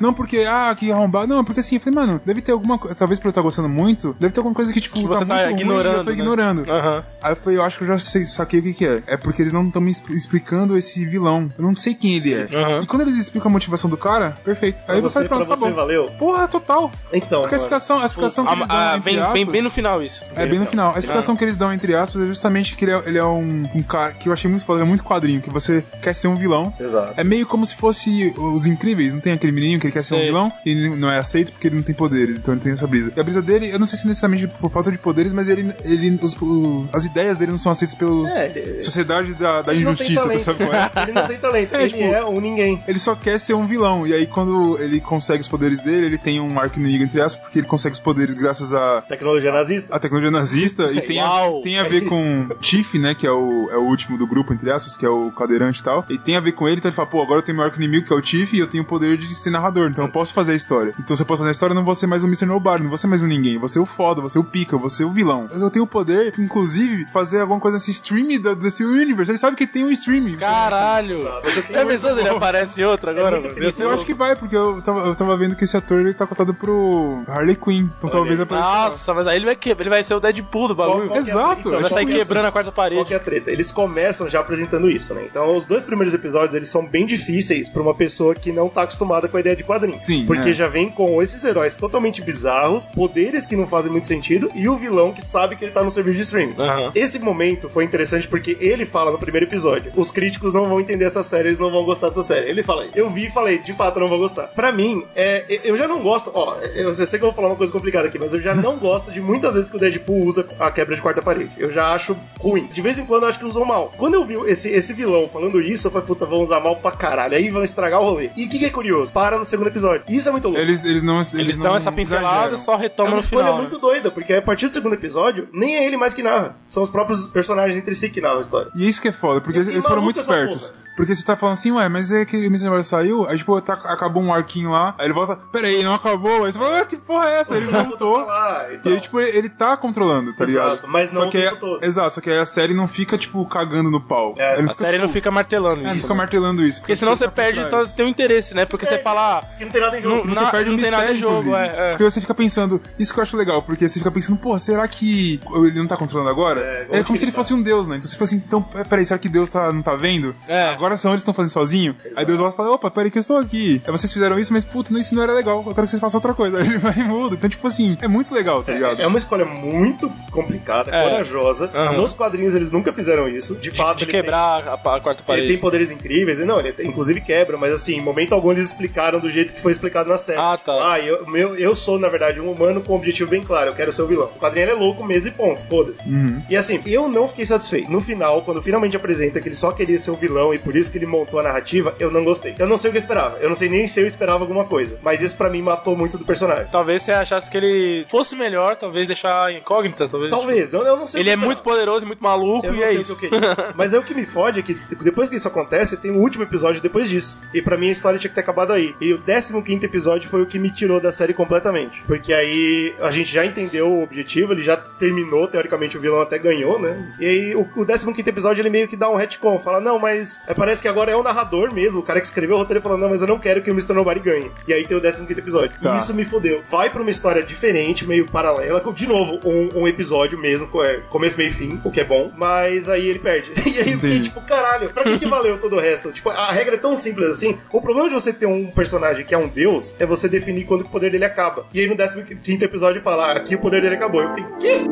não porque, ah, que arrombado. Não, porque assim, eu falei, mano, deve ter alguma coisa. Talvez por eu estar gostando muito, deve ter alguma coisa que, tipo,
Que você tá
muito ruim e
ignorando,
eu tô
né?
ignorando.
Aham.
Aí eu falei, eu acho que eu já sei- saquei o que, que é. É porque eles não estão me expl- explicando esse vilão. Eu não sei quem ele é.
Aham.
E quando eles explicam a motivação do cara, perfeito. Aí
Pra
eu
você,
falei, pronto,
pra
tá
você,
bom.
valeu?
Porra, total.
Então,
Porque
mano.
a é explicação, a explicação que eles dão,
Ah, ah,
entre
bem, bem, bem no
aspas,
final isso.
é, bem no final. A explicação que eles dão, entre aspas, é justamente que ele é, ele é um, um cara que eu achei muito foda, é muito quadrinho, que você quer ser um vilão.
Exato.
É meio como se fosse os incríveis, não tem aquele menininho que ele quer ser
Sei.
um vilão e ele não é aceito porque ele não tem poderes, então ele tem essa brisa. E a brisa dele, eu não sei se necessariamente por falta de poderes, mas ele. ele os- o- as ideias dele não são aceitas pela
É, ele-
sociedade da, da
Ele não tem
injustiça, tá
talento.
sabe qual é?
Ele não tem talento,
É,
ele
tipo-
é um ninguém.
Ele só quer ser um vilão. E aí, quando ele consegue os poderes dele, ele tem um arco inimigo, entre aspas, porque ele consegue os poderes graças a
Tecnologia nazista.
a tecnologia nazista
É
e tem
Uau,
a, tem a ver com Tiff, né, que é o, é o último do grupo, entre aspas, que é o cadeirante e tal. E tem a ver com ele, então ele fala, pô, agora eu tenho meu arco inimigo, que é o Tiff, e eu tenho o poder de ser narrador, então eu posso fazer a história. Então se eu posso fazer a história, eu não vou ser mais um Mr. Nobody, não vou ser mais um ninguém, eu vou ser o foda, eu vou ser o pica, eu vou ser o vilão. Eu tenho o poder, inclusive, fazer alguma coisa nesse stream da- desse universo. Ele sabe que tem um stream.
Caralho.
você tem
Já
um-
pensou se Tá ele aparece em outro agora?
muito
mano?
triste.
Meu
Eu
Deus.
acho que vai, porque eu tava, eu tava vendo que esse ator ele tá cotado pro Harley Quinn. Então talvez apareça.
Nossa, mas aí ele vai, que... ele vai ser o Deadpool do bagulho.
Qual- qual que é a-
Exato,
então,
Vai sair
tipo isso.
quebrando a quarta
Qual
parede.
que é a treta? Eles começam já apresentando isso, né? Então, os dois primeiros episódios, eles são bem difíceis pra uma pessoa que não tá acostumada com a ideia de quadrinho.
Sim,
Porque
é.
já vem com esses heróis totalmente bizarros, poderes que não fazem muito sentido, e o vilão que sabe que ele tá no serviço de streaming.
Aham.
Esse momento foi interessante porque ele fala no primeiro episódio, os críticos não vão entender essa série, eles não vão gostar dessa série. Ele fala, eu vi e falei, de fato, eu não vou gostar. Pra mim, é, eu- eu já não gosto, ó, eu sei que eu vou falar uma coisa complicada aqui, mas eu já não gosto de muitas vezes que o Deadpool usa a quebra de quarta parede. Eu já acho ruim. De vez em quando eu acho que usam mal. Quando eu vi esse, esse vilão falando isso, eu falei, puta, vão usar mal pra caralho, aí vão estragar o rolê. E o que, que é curioso? Para no segundo episódio. Isso é muito louco.
Eles, eles não eles,
Ah, Eles
não
dão essa pincelada
exageram.
e só
é
retomam
uma
no
escolha
final. né?
muito doida, porque a partir do segundo episódio, nem é ele mais que narra. São os próprios personagens entre si que narram a história.
E isso que é foda, porque
E
eles
maluco
foram muito
essa
espertos. Porque você tá falando assim, ué, mas é que o Mr. Marvel saiu, aí tipo, tá- acabou um arquinho lá, aí ele volta, peraí, não acabou. Aí você fala, ah, que porra é essa? Aí Ele voltou.
Lá,
E
então.
aí, tipo, ele, ele tá controlando, tá
Exato,
ligado?
mas não
só
o
que é-
tempo todo.
Exato, só que aí a série não fica, tipo, cagando no pau.
É,
Ela não
A
fica,
série não fica martelando
é, não
isso. né?
fica martelando isso.
Porque senão você perde o teu interesse, né?
É.
Porque você fala. ah,
Que não tem nada em
Não-
jogo.
Você
na-
perde o
tem
mistério,
nada em jogo,
inclusive.
é, é.
Porque você fica pensando, isso que eu acho legal, porque você fica pensando, pô, será que ele não tá controlando agora?
É,
É,
onde que
como se
ele
ele
tá?
fosse um deus, né? Então você fica assim, então, é, peraí, será que Deus tá, não tá vendo?
É.
Agora são eles que estão fazendo sozinho? Aí Deus volta e fala, opa, peraí que eu estou aqui. Aí vocês fizeram isso, mas puta, isso não era legal, eu quero que vocês façam outra coisa. Aí ele vai e muda. Então, tipo assim, é muito legal, tá ligado?
É, é uma escolha muito complicada,
É.
corajosa.
Aham.
Nos quadrinhos eles nunca fizeram isso. De fato,
De
ele
quebrar a, a quarta
Tem, ele tem
parede.
poderes incríveis, não, ele tem- inclusive quebra, mas assim, em momento algum eles explicaram do jeito que foi explicado na série.
Ah, tá.
Ah, eu, meu- eu sou, na verdade, um humano com um objetivo bem claro, eu quero ser o vilão. O quadrinho ele é louco mesmo e ponto, foda-se. E assim, eu não fiquei satisfeito. No final, quando finalmente apresenta que ele só queria ser o vilão e por por isso que ele montou a narrativa, eu não gostei. Eu não sei o que eu esperava. Eu não sei nem se eu esperava alguma coisa. Mas isso pra mim matou muito do personagem.
Talvez você achasse que ele fosse melhor, talvez deixar incógnita, talvez.
Talvez, eu, eu não sei o
Ele
que
é
eu
muito
esperava.
poderoso e muito maluco,
Eu não
e é
sei
isso.
o que eu queria. Mas é o que me fode é que depois que isso acontece, tem o último episódio depois disso. E pra mim a história tinha que ter acabado aí. E o 15 episódio foi o que me tirou da série completamente. Porque aí a gente já entendeu o objetivo, ele já terminou, teoricamente o vilão até ganhou, né? E aí o, o 15 episódio ele meio que dá um retcon, fala, não, mas é, parece que agora é o narrador mesmo, o cara que escreveu o roteiro falou, não, mas eu não quero que o Mr. Nobody ganhe. E aí tem o 15 episódio.
Tá.
E isso me fodeu. Vai pra uma história diferente, meio paralela, com, de novo, um, um episódio mesmo, co- é, começo, meio e fim, o que é bom, mas aí ele perde. E aí eu fiquei
Entendi.
tipo, caralho, pra que, que valeu todo o resto? Tipo, a regra é tão simples assim. O problema de você ter um personagem que é um deus é você definir quando o poder dele acaba. E aí no 15 episódio fala, ah, aqui o poder dele acabou. Eu fiquei, quê?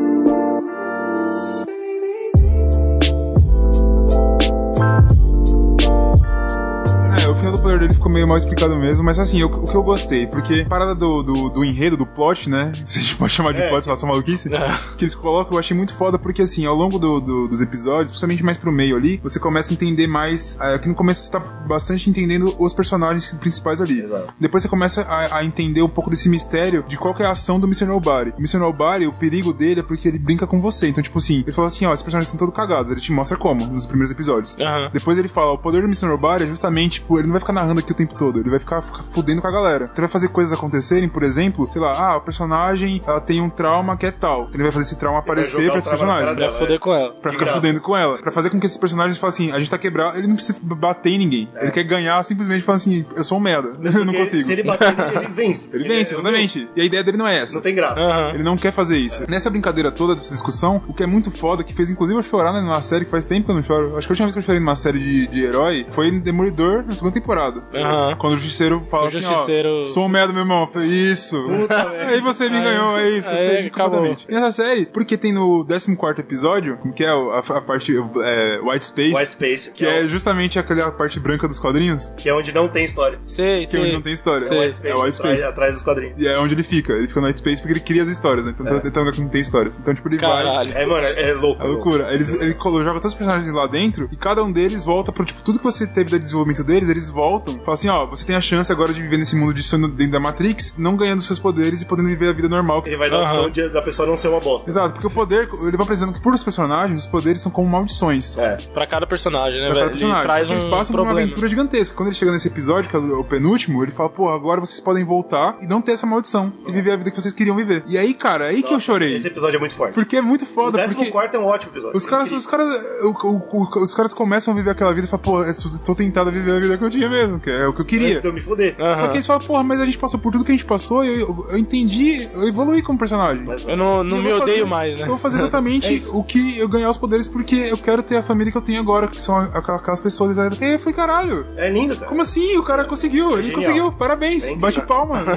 É, o final do poder dele ficou meio mal explicado mesmo, mas assim, eu- o que eu gostei, porque a parada do, do, do enredo, do plot, né? Se a gente pode chamar de plot, sei lá, só maluquice, que eles colocam, eu achei muito foda, porque assim, ao longo do- do- dos episódios, principalmente mais pro meio ali, você começa a entender mais. é, que no começo você tá bastante entendendo os personagens principais ali. Depois você começa a, a entender um pouco desse mistério de qual que é a ação do Mr. Nobody. O Mr. Nobody, o perigo dele é porque ele brinca com você. Então, tipo assim, ele fala assim, ó, esses personagens estão todos cagados, ele te mostra como nos primeiros episódios.
Aham.
Depois ele fala, o poder do Mr. Nobody é justamente, tipo, ele não vai ficar narrando aqui o tempo todo, ele vai ficar, ficar fudendo com a galera. Então ele vai fazer coisas acontecerem, por exemplo, sei lá, ah, o personagem, ela tem um trauma que é tal. Então ele vai fazer esse trauma aparecer
jogar
pra
o
esse
trauma na
personagem.
cara
Vai
dela,
foder
é.
com ela.
Pra ficar
graça.
fudendo com ela. Pra fazer com que esses personagens falem assim, a gente tá quebrado, ele não precisa bater em ninguém. Ele quer ganhar simplesmente falando assim, eu sou um merda, eu não
É. Porque
consigo.
Se ele bater, ele- ele vence.
Ele vence,
é-
exatamente. E a ideia dele não é essa.
Não tem graça.
Aham.
Ele não quer fazer isso. Nessa brincadeira toda dessa discussão, o que é muito foda, que fez inclusive eu chorar né, numa série que faz tempo que eu não choro. Acho que a última vez que eu chorei numa série de, de herói foi em Demolidor na segunda temporada.
Aham.
Quando o Justiceiro fala
O
assim: ó,
Justiceiro-
sou um merda, meu irmão. Eu falei, isso.
Puta, velho.
aí você me
Aí-
ganhou, é isso.
aí
perdi
acabou.
completamente. E nessa série, porque tem no 14 episódio, que é a, a parte é, White Space.
White Space,
Que é justamente aquela parte branca dos quadrinhos,
que é onde não tem um história.
Sei,
que é onde
sei.
não tem história.
Sei.
White
É
Space, atrás,
White Space.
atrás dos quadrinhos.
E é onde ele fica. Ele fica no White Space porque ele cria as histórias, né? Então é. tem um lugar que não tem histórias. Então, tipo, ele vai.
Caralho.
É, mano, é louco.
É loucura. Eles, ele colo- joga todos os personagens lá dentro e cada um deles volta pro, tipo, tudo que você teve do desenvolvimento deles, eles voltam. Fala assim, ó, você tem a chance agora de viver nesse mundo de sono dentro da Matrix, não ganhando seus poderes e podendo viver a vida normal.
Ele vai dar a opção de- da pessoa não ser uma bosta.
Exato, porque o poder, ele vai apresentando que pros personagens, os poderes são como maldições.
É.
Pra cada personagem, né,
Pra
velho?
cada personagem.
Ele traz
eles
um
passam por uma
problema.
aventura gigantesca. Quando ele chega nesse episódio, que é o penúltimo, ele fala, pô, agora vocês podem voltar e não ter essa maldição. E viver a vida que vocês queriam viver. E aí, cara, aí que eu
Nossa,
chorei.
Esse episódio é muito forte.
Porque é muito
O
foda,
décimo
porque...
quarto é um ótimo episódio.
Os caras, os caras, o- o- o- os caras começam a viver aquela vida e falam, pô, eu estou tentado a viver a vida que eu tinha mesmo, que é o que eu
Antes
queria.
de eu me fuder.
Só que eles falam, porra, mas a gente passou por tudo que a gente passou e eu, eu, eu entendi, eu evoluí como personagem.
Mas-
Eu não, não
E eu
me
vou
odeio
fazer-
mais, né?
Eu vou fazer exatamente o que eu ganhar os poderes porque eu quero ter a família que eu tenho agora, que são aquela- aquelas pessoas. E aí eu falei, caralho,
É lindo, cara.
como assim? O cara conseguiu, ele
Genial.
conseguiu, parabéns,
Bem que
bate
tá.
palma,
O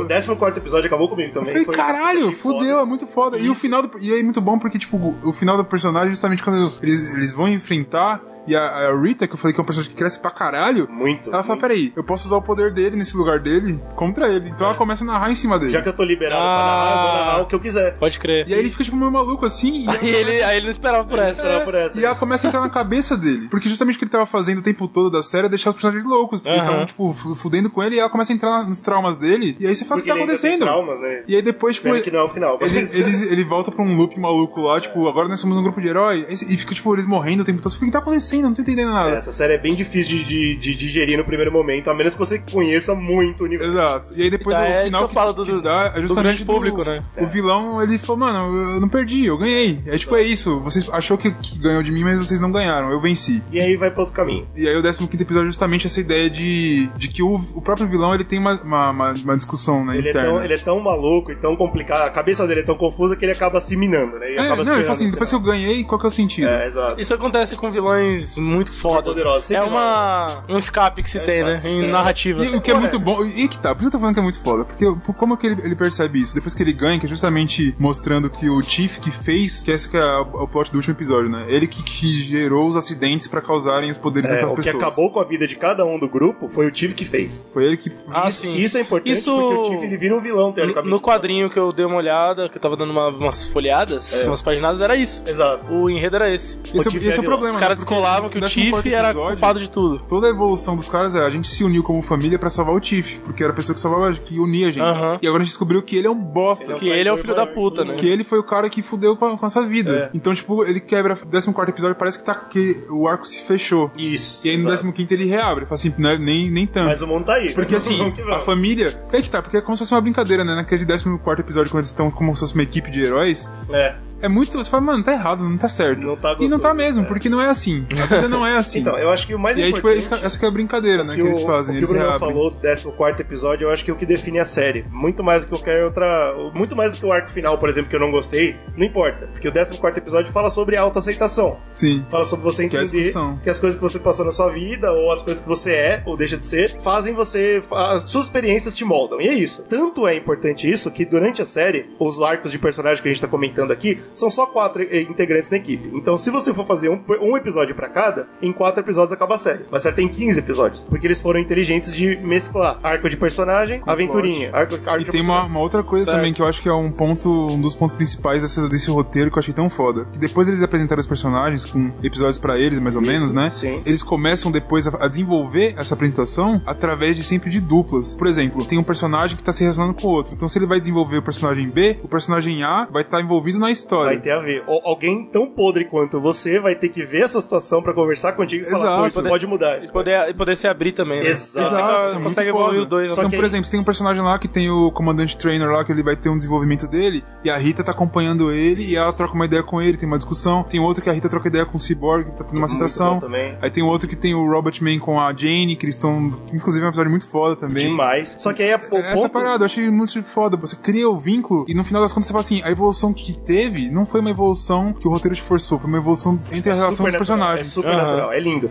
entendeu?
14 episódio acabou comigo
Eu
também.
falei,
Foi-
caralho,
achei
fudeu, é
foda.
muito foda. E o final do. E é muito bom porque, tipo, o final do personagem, justamente quando eles, eles vão enfrentar. E a, a Rita, que eu falei que é um personagem que cresce pra caralho.
Muito,
Ela fala:
muito.
peraí, eu posso usar o poder dele nesse lugar dele contra ele. Então ela começa a narrar em cima
É.
dele.
Já que eu tô liberado pra narrar, eu vou
Ah.
narrar o que eu quiser.
Pode crer.
E aí É. ele fica, tipo, meio maluco assim. E ela,
Aí ele, aí ele não esperava por essa. né?
Será por essa.
e ela começa a entrar na cabeça dele. Porque justamente o que ele tava fazendo o tempo todo da série é deixar os personagens loucos. Porque eles
Aham.
estavam, tipo, fu- fudendo com ele. E ela começa a entrar nos traumas dele. E aí você fala: o que
Porque
tá
ele ainda tem
acontecendo?
traumas, né?
E aí depois, tipo.
Espero que não é o final.
Ele,
mas-
ele, ele volta pra um loop maluco lá, tipo, agora nós somos um grupo de herói. E fica, tipo, eles morrendo o tempo todo. Você fica, O que tá acontecendo? Eu Não tô entendendo nada.
Essa série é bem difícil de, de- de digerir no primeiro momento, a menos que você conheça muito o universo.
Exato. E aí depois
Então,
o
é isso
final
que eu falo do- do-
dá é
do
justamente
grande público, né?
O vilão, ele falou, mano, eu- eu não perdi, eu ganhei. É tipo, é isso. Vocês achou que, que ganhou de mim, mas vocês não ganharam. Eu venci.
E aí vai pra outro caminho.
E aí o 15 quinto episódio é justamente essa ideia de, de que o, o próprio vilão, ele tem uma, uma, uma- uma discussão, né,
Ele é,
interna.
tão, ele é tão maluco e tão complicado, a cabeça dele é tão confusa que ele acaba se minando, né? E
É,
acaba se
não, ele
ferrando
fala assim,
no
depois que eu
final.
ganhei, qual que é o sentido?
É, exato.
Isso acontece com vilões muito foda.
Poderosos,
É
sempre
uma, um escape que se tem, né?
escape.
Em Ah, narrativa.
É E o que é muito bom, e que tá, por isso eu tô falando que é muito foda, porque por- como que ele, ele percebe isso? Depois que ele ganha, que é justamente mostrando que o Chief que fez, que esse que é a- o plot do último episódio, né? Ele que, que gerou os acidentes pra causarem os poderes
É,
daquelas
o que
pessoas.
acabou com a vida de cada um do grupo foi o Tive que fez.
Foi ele que.
Ah,
isso,
sim.
isso é importante
Isso-
porque o Tive ele vira um vilão,
No-
teoricamente.
No quadrinho que eu dei uma olhada, que eu tava dando
É.
uma- umas folheadas, umas paginadas, era isso.
Exato.
O enredo era esse.
Esse,
Chief
é, esse
é
é o
vilão.
problema.
Os caras
né? Porque
falavam que o
décimo
Tiff
quarto
era
episódio,
culpado de tudo.
Toda a evolução dos caras é a gente se uniu como família pra salvar o Tiff, porque era a pessoa que salvava, que unia a gente.
Aham.
E agora a gente descobriu que ele é um bosta.
Ele é o
Que ele é o
traidor
filho da
maior.
puta, né?
Que ele foi o cara que fudeu com a com a sua
É.
vida. Então, tipo, ele quebra o 14 episódio, parece que, tá, que o arco se fechou.
Isso.
E aí no
exato.
15 ele reabre, fala assim, né, nem, nem tanto.
Mas o mundo tá aí.
Porque assim,
Vamos que
a
vamos.
família. É que tá, porque é como se fosse uma brincadeira, né? Naquele 14 episódio, quando eles estão como se fosse uma equipe de heróis,
É.
é muito. Você fala, mano, tá errado, não tá certo.
Não tá
E não tá
gostoso,
mesmo,
é.
porque não é assim. A vida não é assim.
Então, eu acho que o mais
e aí, tipo,
importante...
essa, essa que é a brincadeira, né? Que,
que
eles
o-
fazem,
o que o
eles
Bruno
reabrem.
falou, 14 episódio, eu acho que é o que define a série. Muito mais do que qualquer outra. Muito mais do que o arco final, por exemplo, que eu não gostei, não importa. Porque o 14 episódio fala sobre autoaceitação.
Sim.
Fala sobre você
Que é a
entender
discussão.
que as coisas que você passou na sua vida, ou as coisas que você é, ou deixa de ser, fazem você. As suas experiências te moldam. E é isso. Tanto é importante isso que durante a série, os arcos de personagem que a gente tá comentando aqui, são só quatro eh, integrantes na equipe. Então, se você for fazer um, um episódio pra cada, em quatro episódios acaba a série. Mas a série tem 15 episódios. Porque eles foram inteligentes de mesclar arco de personagem, aventurinha. Arco, arco
E
de
tem uma,
personagem.
uma outra coisa
Certo.
também que eu acho que é um ponto, um dos pontos principais dessa- desse roteiro que eu achei tão foda. Que depois eles apresentaram os personagens com episódios pra eles, mais ou menos, né?
sim.
Eles começam depois a, a desenvolver essa apresentação através de sempre de duplas. Por exemplo, tem um personagem que tá se relacionando com o outro. Então se ele vai desenvolver o personagem B, o personagem A vai estar envolvido na história.
Vai ter a ver. Ou alguém tão podre quanto você vai ter que ver essa situação pra conversar contigo e falar,
Exato.
pô, isso pode mudar.
E poder, e poder se abrir também, né?
Exato.
Você
Exato,
consegue-
isso é muito
consegue
foda.
evoluir os dois.
Só
né?
então,
que
por
aí-
exemplo, você tem um personagem lá que tem o comandante trainer lá, que ele vai ter um desenvolvimento dele, e a Rita tá acompanhando ele, e ela troca uma ideia com ele, tem uma discussão. Tem outro que a Rita troca ideia com o Cyborg, que tá tendo uma
Muito
citação.
é bom também.
Aí tem outro que tem o Robot Man com a Jane, que eles estão. Inclusive, é um episódio muito foda também.
Demais. Só que aí é o
Essa
ponto-
parada, eu achei muito foda. Você cria o vínculo e no final das contas você fala assim: a evolução que teve não foi uma evolução que o roteiro te forçou, foi uma evolução entre a relação dos
super natural,
personagens.
É super
Aham.
natural, é lindo.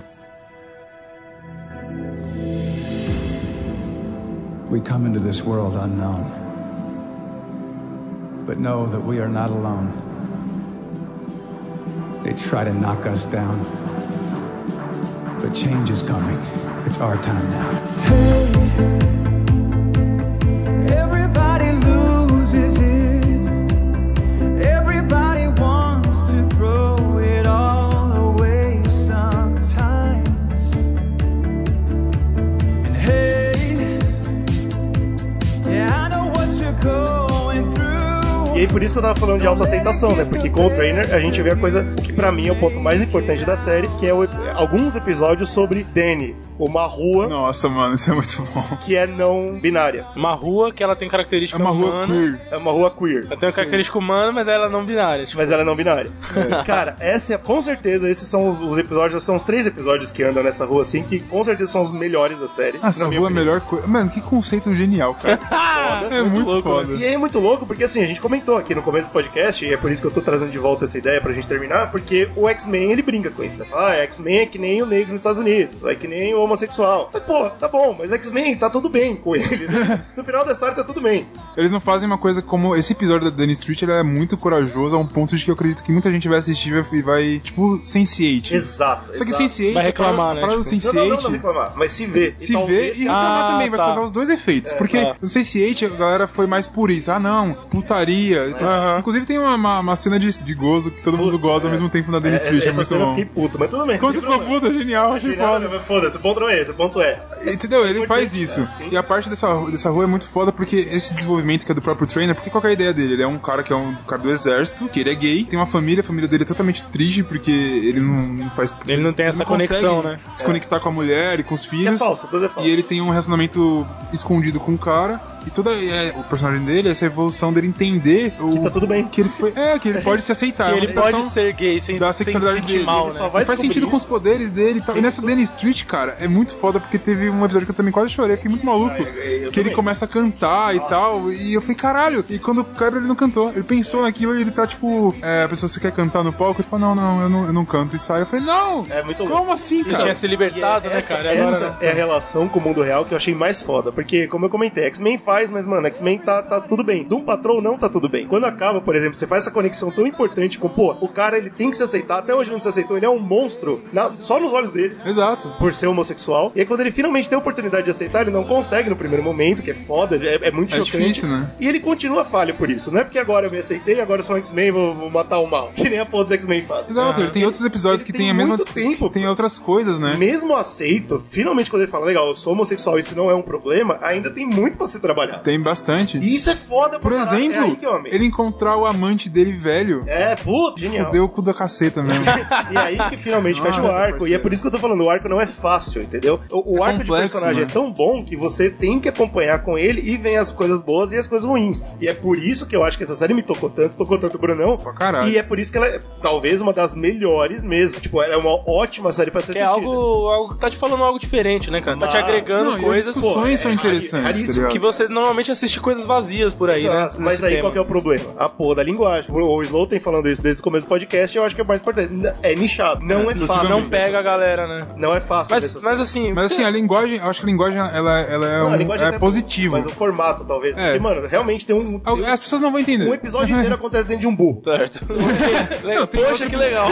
We come into this world unknown. But know that we are not alone. They try to knock us down. But change is coming. It's our time now.
Everybody loses it. Everybody wants to throw it all away sometimes. And hey, yeah, I know what you're going
E
through.
aí por isso que eu tava falando de autoaceitação, né? Porque com o Trainer a gente vê a coisa que pra mim é o ponto mais importante da série, que é o- alguns episódios sobre Danny, uma rua
Nossa, mano, isso é muito bom.
que é não binária.
Uma rua que ela tem
É
característica
uma rua
humana.
queer.
É uma rua queer.
Ela tem uma característica humana, mas ela é não binária. Tipo,
Mas ela é não binária. Cara, essa é, com certeza, esses são os, os episódios, são os três episódios que andam nessa rua, assim, que com certeza são os melhores da série.
Ah, essa
na minha
rua é a
opinião.
melhor coisa. Mano, que conceito genial, cara. é muito,
louco,
foda.
E aí é muito louco, porque assim, a gente comentou aqui no começo do podcast, e é por isso que eu tô trazendo de volta essa ideia pra gente terminar, porque o X-Men, ele brinca com isso. né? Ah, X-Men é que nem o negro nos Estados Unidos, é que nem o homossexual. Mas, pô, tá bom, mas X-Men tá tudo bem com eles. No final da história tá tudo bem.
Eles não fazem uma coisa como. Esse episódio da Danny Street ele é muito corajoso a um ponto de que eu acredito que muita gente vai assistir e vai, vai, tipo, sense8.
Exato,
Só que
exato.
sense8.
Vai reclamar,
a
né,
parada do
tipo.
Não, não, não, não
sense8
reclamar, mas se vê.
se vê e reclamar
Ah,
também, vai
tá.
causar os dois efeitos. porque
tá.
no Sense8 a galera foi mais por isso. Ah, não, putaria.
Aham.
Inclusive tem uma, uma, uma cena de, de gozo que todo mundo goza ao mesmo tempo na Danny Street. É,
essa
muito
cena eu
bom.
fiquei puto, mas tudo bem.
Como
não
você
tem
ficou
problema.
puta, genial, achei
Não,
foda.
não, mas Foda-se, o ponto não é esse, o ponto é.
Entendeu? Ele
Muito
faz
bem,
isso.
cara, né? sim.
E a parte dessa, dessa rua é muito foda porque esse desenvolvimento que é do próprio trainer, porque qual que é a ideia dele? Ele é um cara que é um cara do exército, que ele é gay, tem uma família, a família dele é totalmente triste porque ele não, não faz.
Ele não tem essa conexão,
consegue
né?
Se conectar com a mulher e com os
Que é
filhos.
falso, tudo é falso.
E ele tem um relacionamento escondido com o cara. E toda é, o personagem dele, essa evolução dele entender o,
Que tá tudo bem.
que ele foi. É, que ele pode se aceitar. é uma
ele pode
aceitação-
ser gay sem,
da
sem
sexualidade
sentir
dele.
mal,
Ele
né?
só vai
E faz
descobrir
sentido com os poderes dele e tal. E nessa Danny Street, cara, é muito foda porque teve um episódio que eu também quase chorei, fiquei muito maluco.
Ah, eu- eu
que ele
também.
começa a cantar e tal. E eu falei, caralho. E quando quebra, ele não cantou. Ele pensou naquilo e ele tá tipo, é, a pessoa, você quer cantar no palco? Ele fala, não, não, eu não, eu não canto. E sai. Eu falei, não!
É muito louco.
Como assim,
Ele tinha
cara?
se libertado, né,
essa,
cara? E agora.
essa é a relação com o mundo real que eu achei mais foda. Porque, como eu comentei, X-Men fa- faz, mas, mano, X-Men tá, tá tudo bem. Doom Patrol não tá tudo bem. Quando acaba, por exemplo, você faz essa conexão tão importante com, pô, o cara ele tem que se aceitar, até hoje não se aceitou, ele é um monstro, na- só nos olhos dele.
Exato.
Por ser homossexual. E aí, quando ele finalmente tem a oportunidade de aceitar, ele não consegue no primeiro momento, que é foda, é, é muito
É
chocante.
difícil, né?
E ele continua falho por isso. Não é porque agora eu me aceitei, agora eu sou um X-Men e vou, vou matar o mal. Que nem a porra dos X-Men faz.
Exato, ele tem outros episódios
ele
que
tem
tem, a mesma.
muito tempo,
tem
pô.
outras coisas, né?
Mesmo aceito, finalmente quando ele fala, legal, eu sou homossexual, isso não é um problema, ainda tem muito pra ser trabalhado.
Tem bastante.
E isso é foda pra
Por
caralho.
exemplo,
é aí que eu amei.
ele encontrar o amante dele velho.
É, puto, genial.
Fudeu o cu da caceta mesmo.
E é aí que finalmente fecha o
Nossa,
arco. E é
parceiro.
por isso que eu tô falando, o arco não é fácil, entendeu? O, o
É
arco de
complexo,
personagem
né?
é tão bom que você tem que acompanhar com ele e vem as coisas boas e as coisas ruins. E é por isso que eu acho que essa série me tocou tanto, tocou tanto o Brunão.
Pra caralho.
E é por isso que ela é talvez uma das melhores mesmo. Tipo, ela é uma ótima série pra ser
Que é
assistida.
algo, algo. Tá te falando algo diferente, né, cara? Tá te
Mas-
agregando
Não, e as
coisas.
discussão,
discussões
pô,
são
é
interessantes,
raríssimo
tá ligado?
Que vocês normalmente assistem coisas vazias por aí, né?
Exato, mas
Nesse
aí
tema.
qual que é o problema? A porra da linguagem. O, o Slow tem falando isso desde o começo do podcast e eu acho que é o mais importante. N- É nichado. Não é, fácil.
Não pega a galera, né?
Não é fácil.
Mas,
dessas-
mas assim.
Mas assim, a linguagem, eu acho que a linguagem ela, ela é,
Não, a
um-
linguagem
é
até-
positiva.
Mas o formato, talvez.
É.
Porque, mano, realmente tem
É
um.
Al- As pessoas não vão entender.
Um episódio inteiro acontece dentro de um burro.
Certo.
Não, tem
Poxa,
outra-
que legal.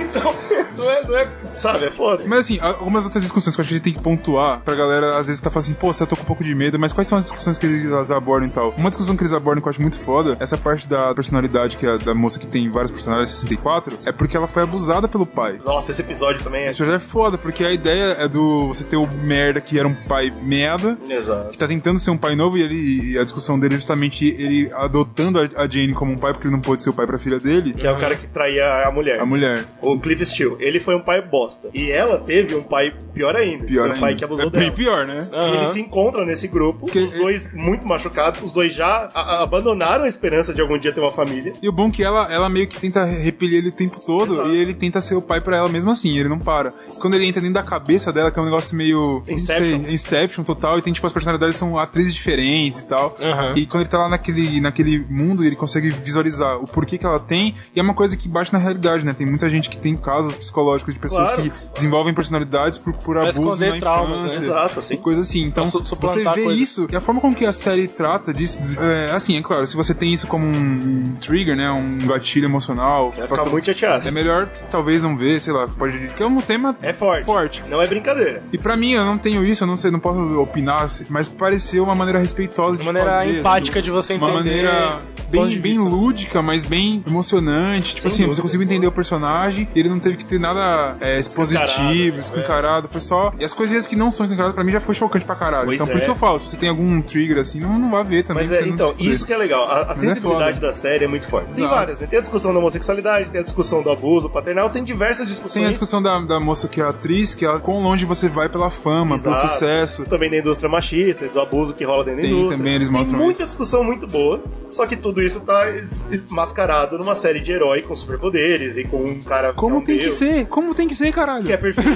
Então, não é, não é. Sabe, é foda.
Mas assim, algumas outras discussões que eu acho que a gente tem que pontuar pra galera, às vezes tá falando assim, pô, você tá com um pouco de medo, mas quais são as discussões que eles abordam e tal? Uma discussão que eles abordam que eu acho muito foda, essa parte da personalidade que é da moça que tem vários personagens, 64, é porque ela foi abusada pelo pai.
Nossa, esse episódio também é.
Esse projeto é foda, porque a ideia é do você ter o merda que era um pai merda,
Exato.
que tá tentando ser um pai novo e ele e a discussão dele é justamente ele adotando a, a Jane como um pai porque ele não pôde ser o pai pra filha dele, é
Que é o cara que traía a mulher.
a mulher.
O Cliff Steele. Ele foi um pai bosta. E ela teve um pai pior ainda. Foi
Pior
um
ainda.
pai que abusou
é
dela.
bem pior, né?
E eles se encontram nesse grupo,
Que-
os dois muito machucados, os dois já a- a- abandonaram a esperança de algum dia ter uma família.
E o bom é que ela, ela meio que tenta repelir ele o tempo todo
Exato.
e ele tenta ser o pai pra ela mesmo assim, ele não para. Quando ele entra dentro da cabeça dela, que é um negócio meio. não
Inception.
sei, Inception total, e tem tipo as personalidades são atrizes diferentes e tal.
Aham.
E quando ele tá lá naquele, naquele mundo, ele consegue visualizar o porquê que ela tem, e é uma coisa que bate na realidade, né? Tem muita gente que tem casos psicológicos de pessoas
Claro.
que desenvolvem personalidades por, por abuso
esconder
na
traumas, né?
infância.
Exato, assim.
E coisa assim. Então,
Pra su-
você
suplantar
vê
coisa.
isso, e a forma como que a série trata disso, é, assim, é claro, se você tem isso como um trigger, né, um gatilho emocional,
Vai
passa-
ficar muito chateado.
é melhor talvez não ver, sei lá, pode... Porque é um tema
É forte.
forte.
Não é brincadeira.
E pra mim, eu não tenho isso, eu não sei, não posso opinar, mas pareceu uma maneira respeitosa de
Uma maneira
fazer,
empática
assim,
de você
Uma
entender
maneira
esse ponto de
bem, bem
vista.
lúdica, mas bem emocionante. Tipo assim, você conseguiu entender o personagem, ele não teve que ter nada é, expositivo,
Escancarado, né?
escancarado, foi só... E as coisinhas que não são escancaradas, pra mim, já foi chocante pra caralho.
Pois
então, por
é.
isso que eu falo, se você tem algum trigger, assim, não, não vá ver também.
Mas é,
porque não
então,
se fuder.
isso que é legal. A, a
é
sensibilidade
foda.
da série é muito forte. Tem
Exato.
várias, né? Tem a discussão da homossexualidade, tem a discussão do abuso paternal, tem diversas discussões.
Tem a discussão da, da moça que é atriz, que é quão longe você vai pela fama,
Exato.
pelo sucesso.
Também da indústria machista, do abuso que rola dentro da
Tem
indústria.
também, eles mostram
Tem muita
isso.
discussão muito boa, só que tudo isso tá es- mascarado numa série de herói com superpoderes e com um cara.
Como
é um
tem que
deus.
ser? Como tem que ser, caralho?
Que é perfeito.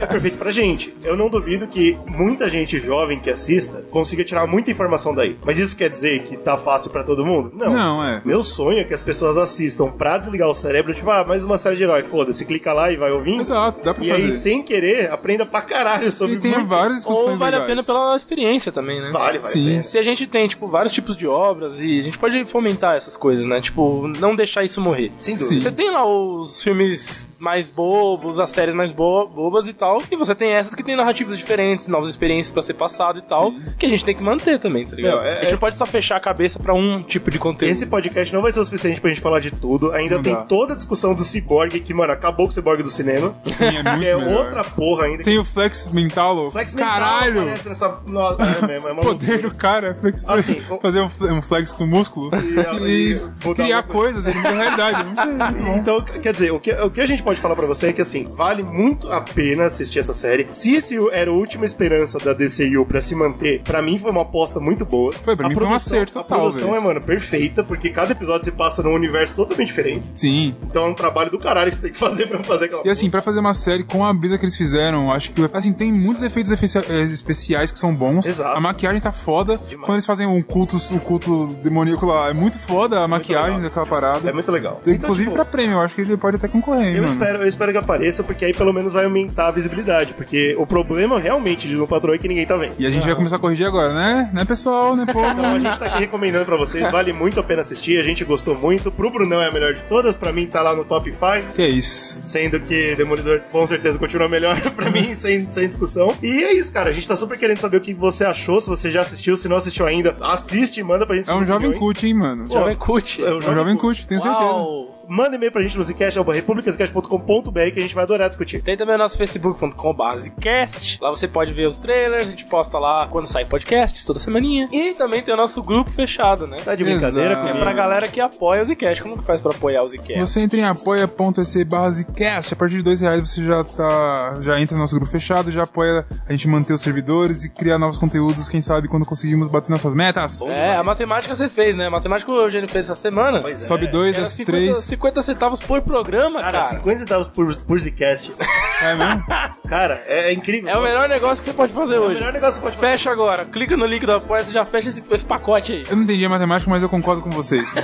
é perfeito pra gente. Eu não duvido que muita gente jovem que assista consiga tirar muita informação daí. Mas isso quer dizer que tá fácil pra todo mundo? Não.
Não, é.
Meu sonho é que as pessoas assistam pra desligar o cérebro, tipo, ah, mais uma série de herói, foda-se, clica lá e vai ouvindo.
Exato, dá pra
E aí,
fazer.
sem querer, aprenda pra caralho sobre
E tem
muito-
várias discussões
Ou vale a pena
legais.
pela experiência também, né?
Vale, vale.
Sim.
a pena.
Se a gente tem, tipo, vários tipos de obras e a gente pode fomentar essas coisas, né? Tipo, não deixar isso morrer.
Sem dúvida.
Sim.
Você tem lá os filmes mais bobos, as séries mais bo- bobas e tal, e você tem essas que tem narrativas diferentes, novas experiências pra ser passado e tal, que a gente tem que manter também, tá ligado?
Meu, é-
a gente não pode só fechar a cabeça pra um tipo de conteúdo.
Esse podcast não vai ser o suficiente pra gente falar de tudo. Ainda
Não
tem
dá.
toda a discussão do ciborgue, que, mano, acabou com o ciborgue do cinema.
Sim, é muito
que é
melhor.
outra porra ainda.
Tem o flex mental.
Flex mental
Caralho!
aparece nessa... Nossa, é mesmo, é
o
uma
poder
loucura.
do cara é flex...
Assim, o-
fazer um fle- um flex com músculo
E-
e,
e- mudar
criar
uma
coisas, ele muda a realidade. né? Não sei. muito bom.
Então, quer dizer, o que, o que a gente pode falar pra você é que, assim, vale muito a pena assistir essa série. Se esse era a última esperança da DCU pra se manter, pra mim foi uma aposta muito boa.
Foi, pra
A
mim foi um
produção-
acerto total,
A produção é,
velho.
mano, perfeita, porque cada episódio se passa num universo totalmente diferente.
Sim.
Então é um trabalho do caralho que você tem que fazer pra fazer aquela
E assim, pra fazer uma série com a brisa que eles fizeram, acho que assim, tem muitos efeitos efe- eh, especiais que são bons.
Exato.
A maquiagem tá foda. Quando eles fazem um culto, um culto demoníaco lá, é muito foda a maquiagem
legal.
daquela parada.
É muito legal. tipo,
Inclusive pra prêmio, eu acho que ele pode até concorrer, hein,
Eu
mano.
espero, eu espero que apareça, porque aí pelo menos vai aumentar a visibilidade. Porque o problema realmente de Doom Patrol é que ninguém tá vendo.
E a gente vai começar a corrigir agora, né? Né, pessoal? Né, povo?
Então a gente tá aqui recomendando pra vocês, vale muito a pena assistir, a gente gostou muito. Pro Brunão é a melhor de todas, pra mim tá lá no top 5.
que é isso.
Sendo que Demolidor com certeza continua melhor pra mim, sem, sem discussão. E é isso, cara. A gente tá super querendo saber o que você achou, se você já assistiu, se não assistiu ainda, assiste e manda pra gente
É um
suas
jovem
opiniões.
cult, hein, mano?
Pô,
Jovem Cult.
É um
É um jovem cult, tenho certeza.
Uau!
Manda e-mail pra gente no zcast.republicascast.com.br que a gente vai adorar discutir.
Tem também o nosso facebook.com basecast. Lá você pode ver os trailers, a gente posta lá quando sai podcasts, toda semaninha. E também tem o nosso grupo fechado, né?
Tá de brincadeira
Exato.
É
comigo?
pra galera que apoia o Zcast. Como que faz pra apoiar o Zcast?
Você entra em apoia.se barra Zcast. A partir de dois reais você já tá. Já entra no nosso grupo fechado, já apoia a gente manter os servidores e criar novos conteúdos, quem sabe, quando conseguimos bater nossas metas.
É, a matemática você fez, né? A matemática o Eugênio fez essa semana.
Sobe dois,
É, Era
é. as
50,
três.
50 centavos por programa,
Cara,
cara.
50 centavos por, por Zcast.
É mesmo?
Cara, é, é incrível.
É o melhor negócio que você pode fazer
É o
hoje.
melhor negócio que você pode fazer.
Fecha agora, clica no link do apoia e já fecha esse, esse pacote aí.
Eu não entendi a matemática, mas eu concordo com vocês.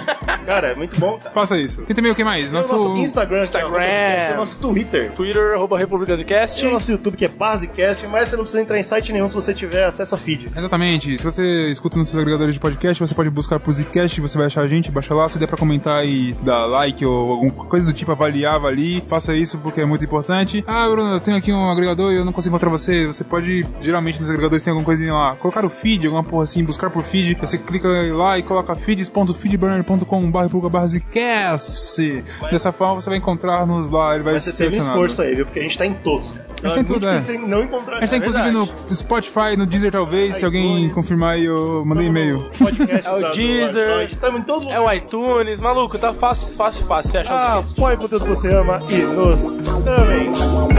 Cara, é muito bom, cara.
Faça isso. Tem também o que mais?
Tem o
Nosso.
nosso Instagram, que é
Instagram.
arroba Zcast, tem o nosso Twitter.
Twitter, arroba República Zcast.
Tem o nosso YouTube que é Basecast, mas você não precisa entrar em site nenhum se você tiver acesso a feed.
Exatamente. Se você escuta nos seus agregadores de podcast, você pode buscar por Zcast, você vai achar a gente, baixa lá. Se der pra comentar e dar like ou alguma coisa do tipo, avaliar, avalie. Faça isso porque é muito importante. Ah, Bruno, eu tenho aqui um agregador e eu não consigo encontrar você. Você pode, geralmente nos agregadores tem alguma coisinha lá. Colocar o feed, alguma porra assim, buscar por feed. Você clica lá e coloca feeds.feedburner.com.br Zcast. Dessa forma você vai encontrar-nos lá, ele vai
Mas
ser
você teve um
adicionado.
esforço aí, viu? Porque a gente tá em todos. cara. Então
tá em
é muito
tudo, é.
difícil não encontrar. É
A gente tá inclusive no Spotify, no Deezer talvez, se alguém
iTunes.
confirmar aí eu mandei e-mail.
Podcast
É o
da- do
Deezer.
Android, Tamo em todo
É
lugar.
o iTunes, maluco, tá fácil, fácil, fácil. Você acha
Ah, apoie o conteúdo que você ama e nos amem.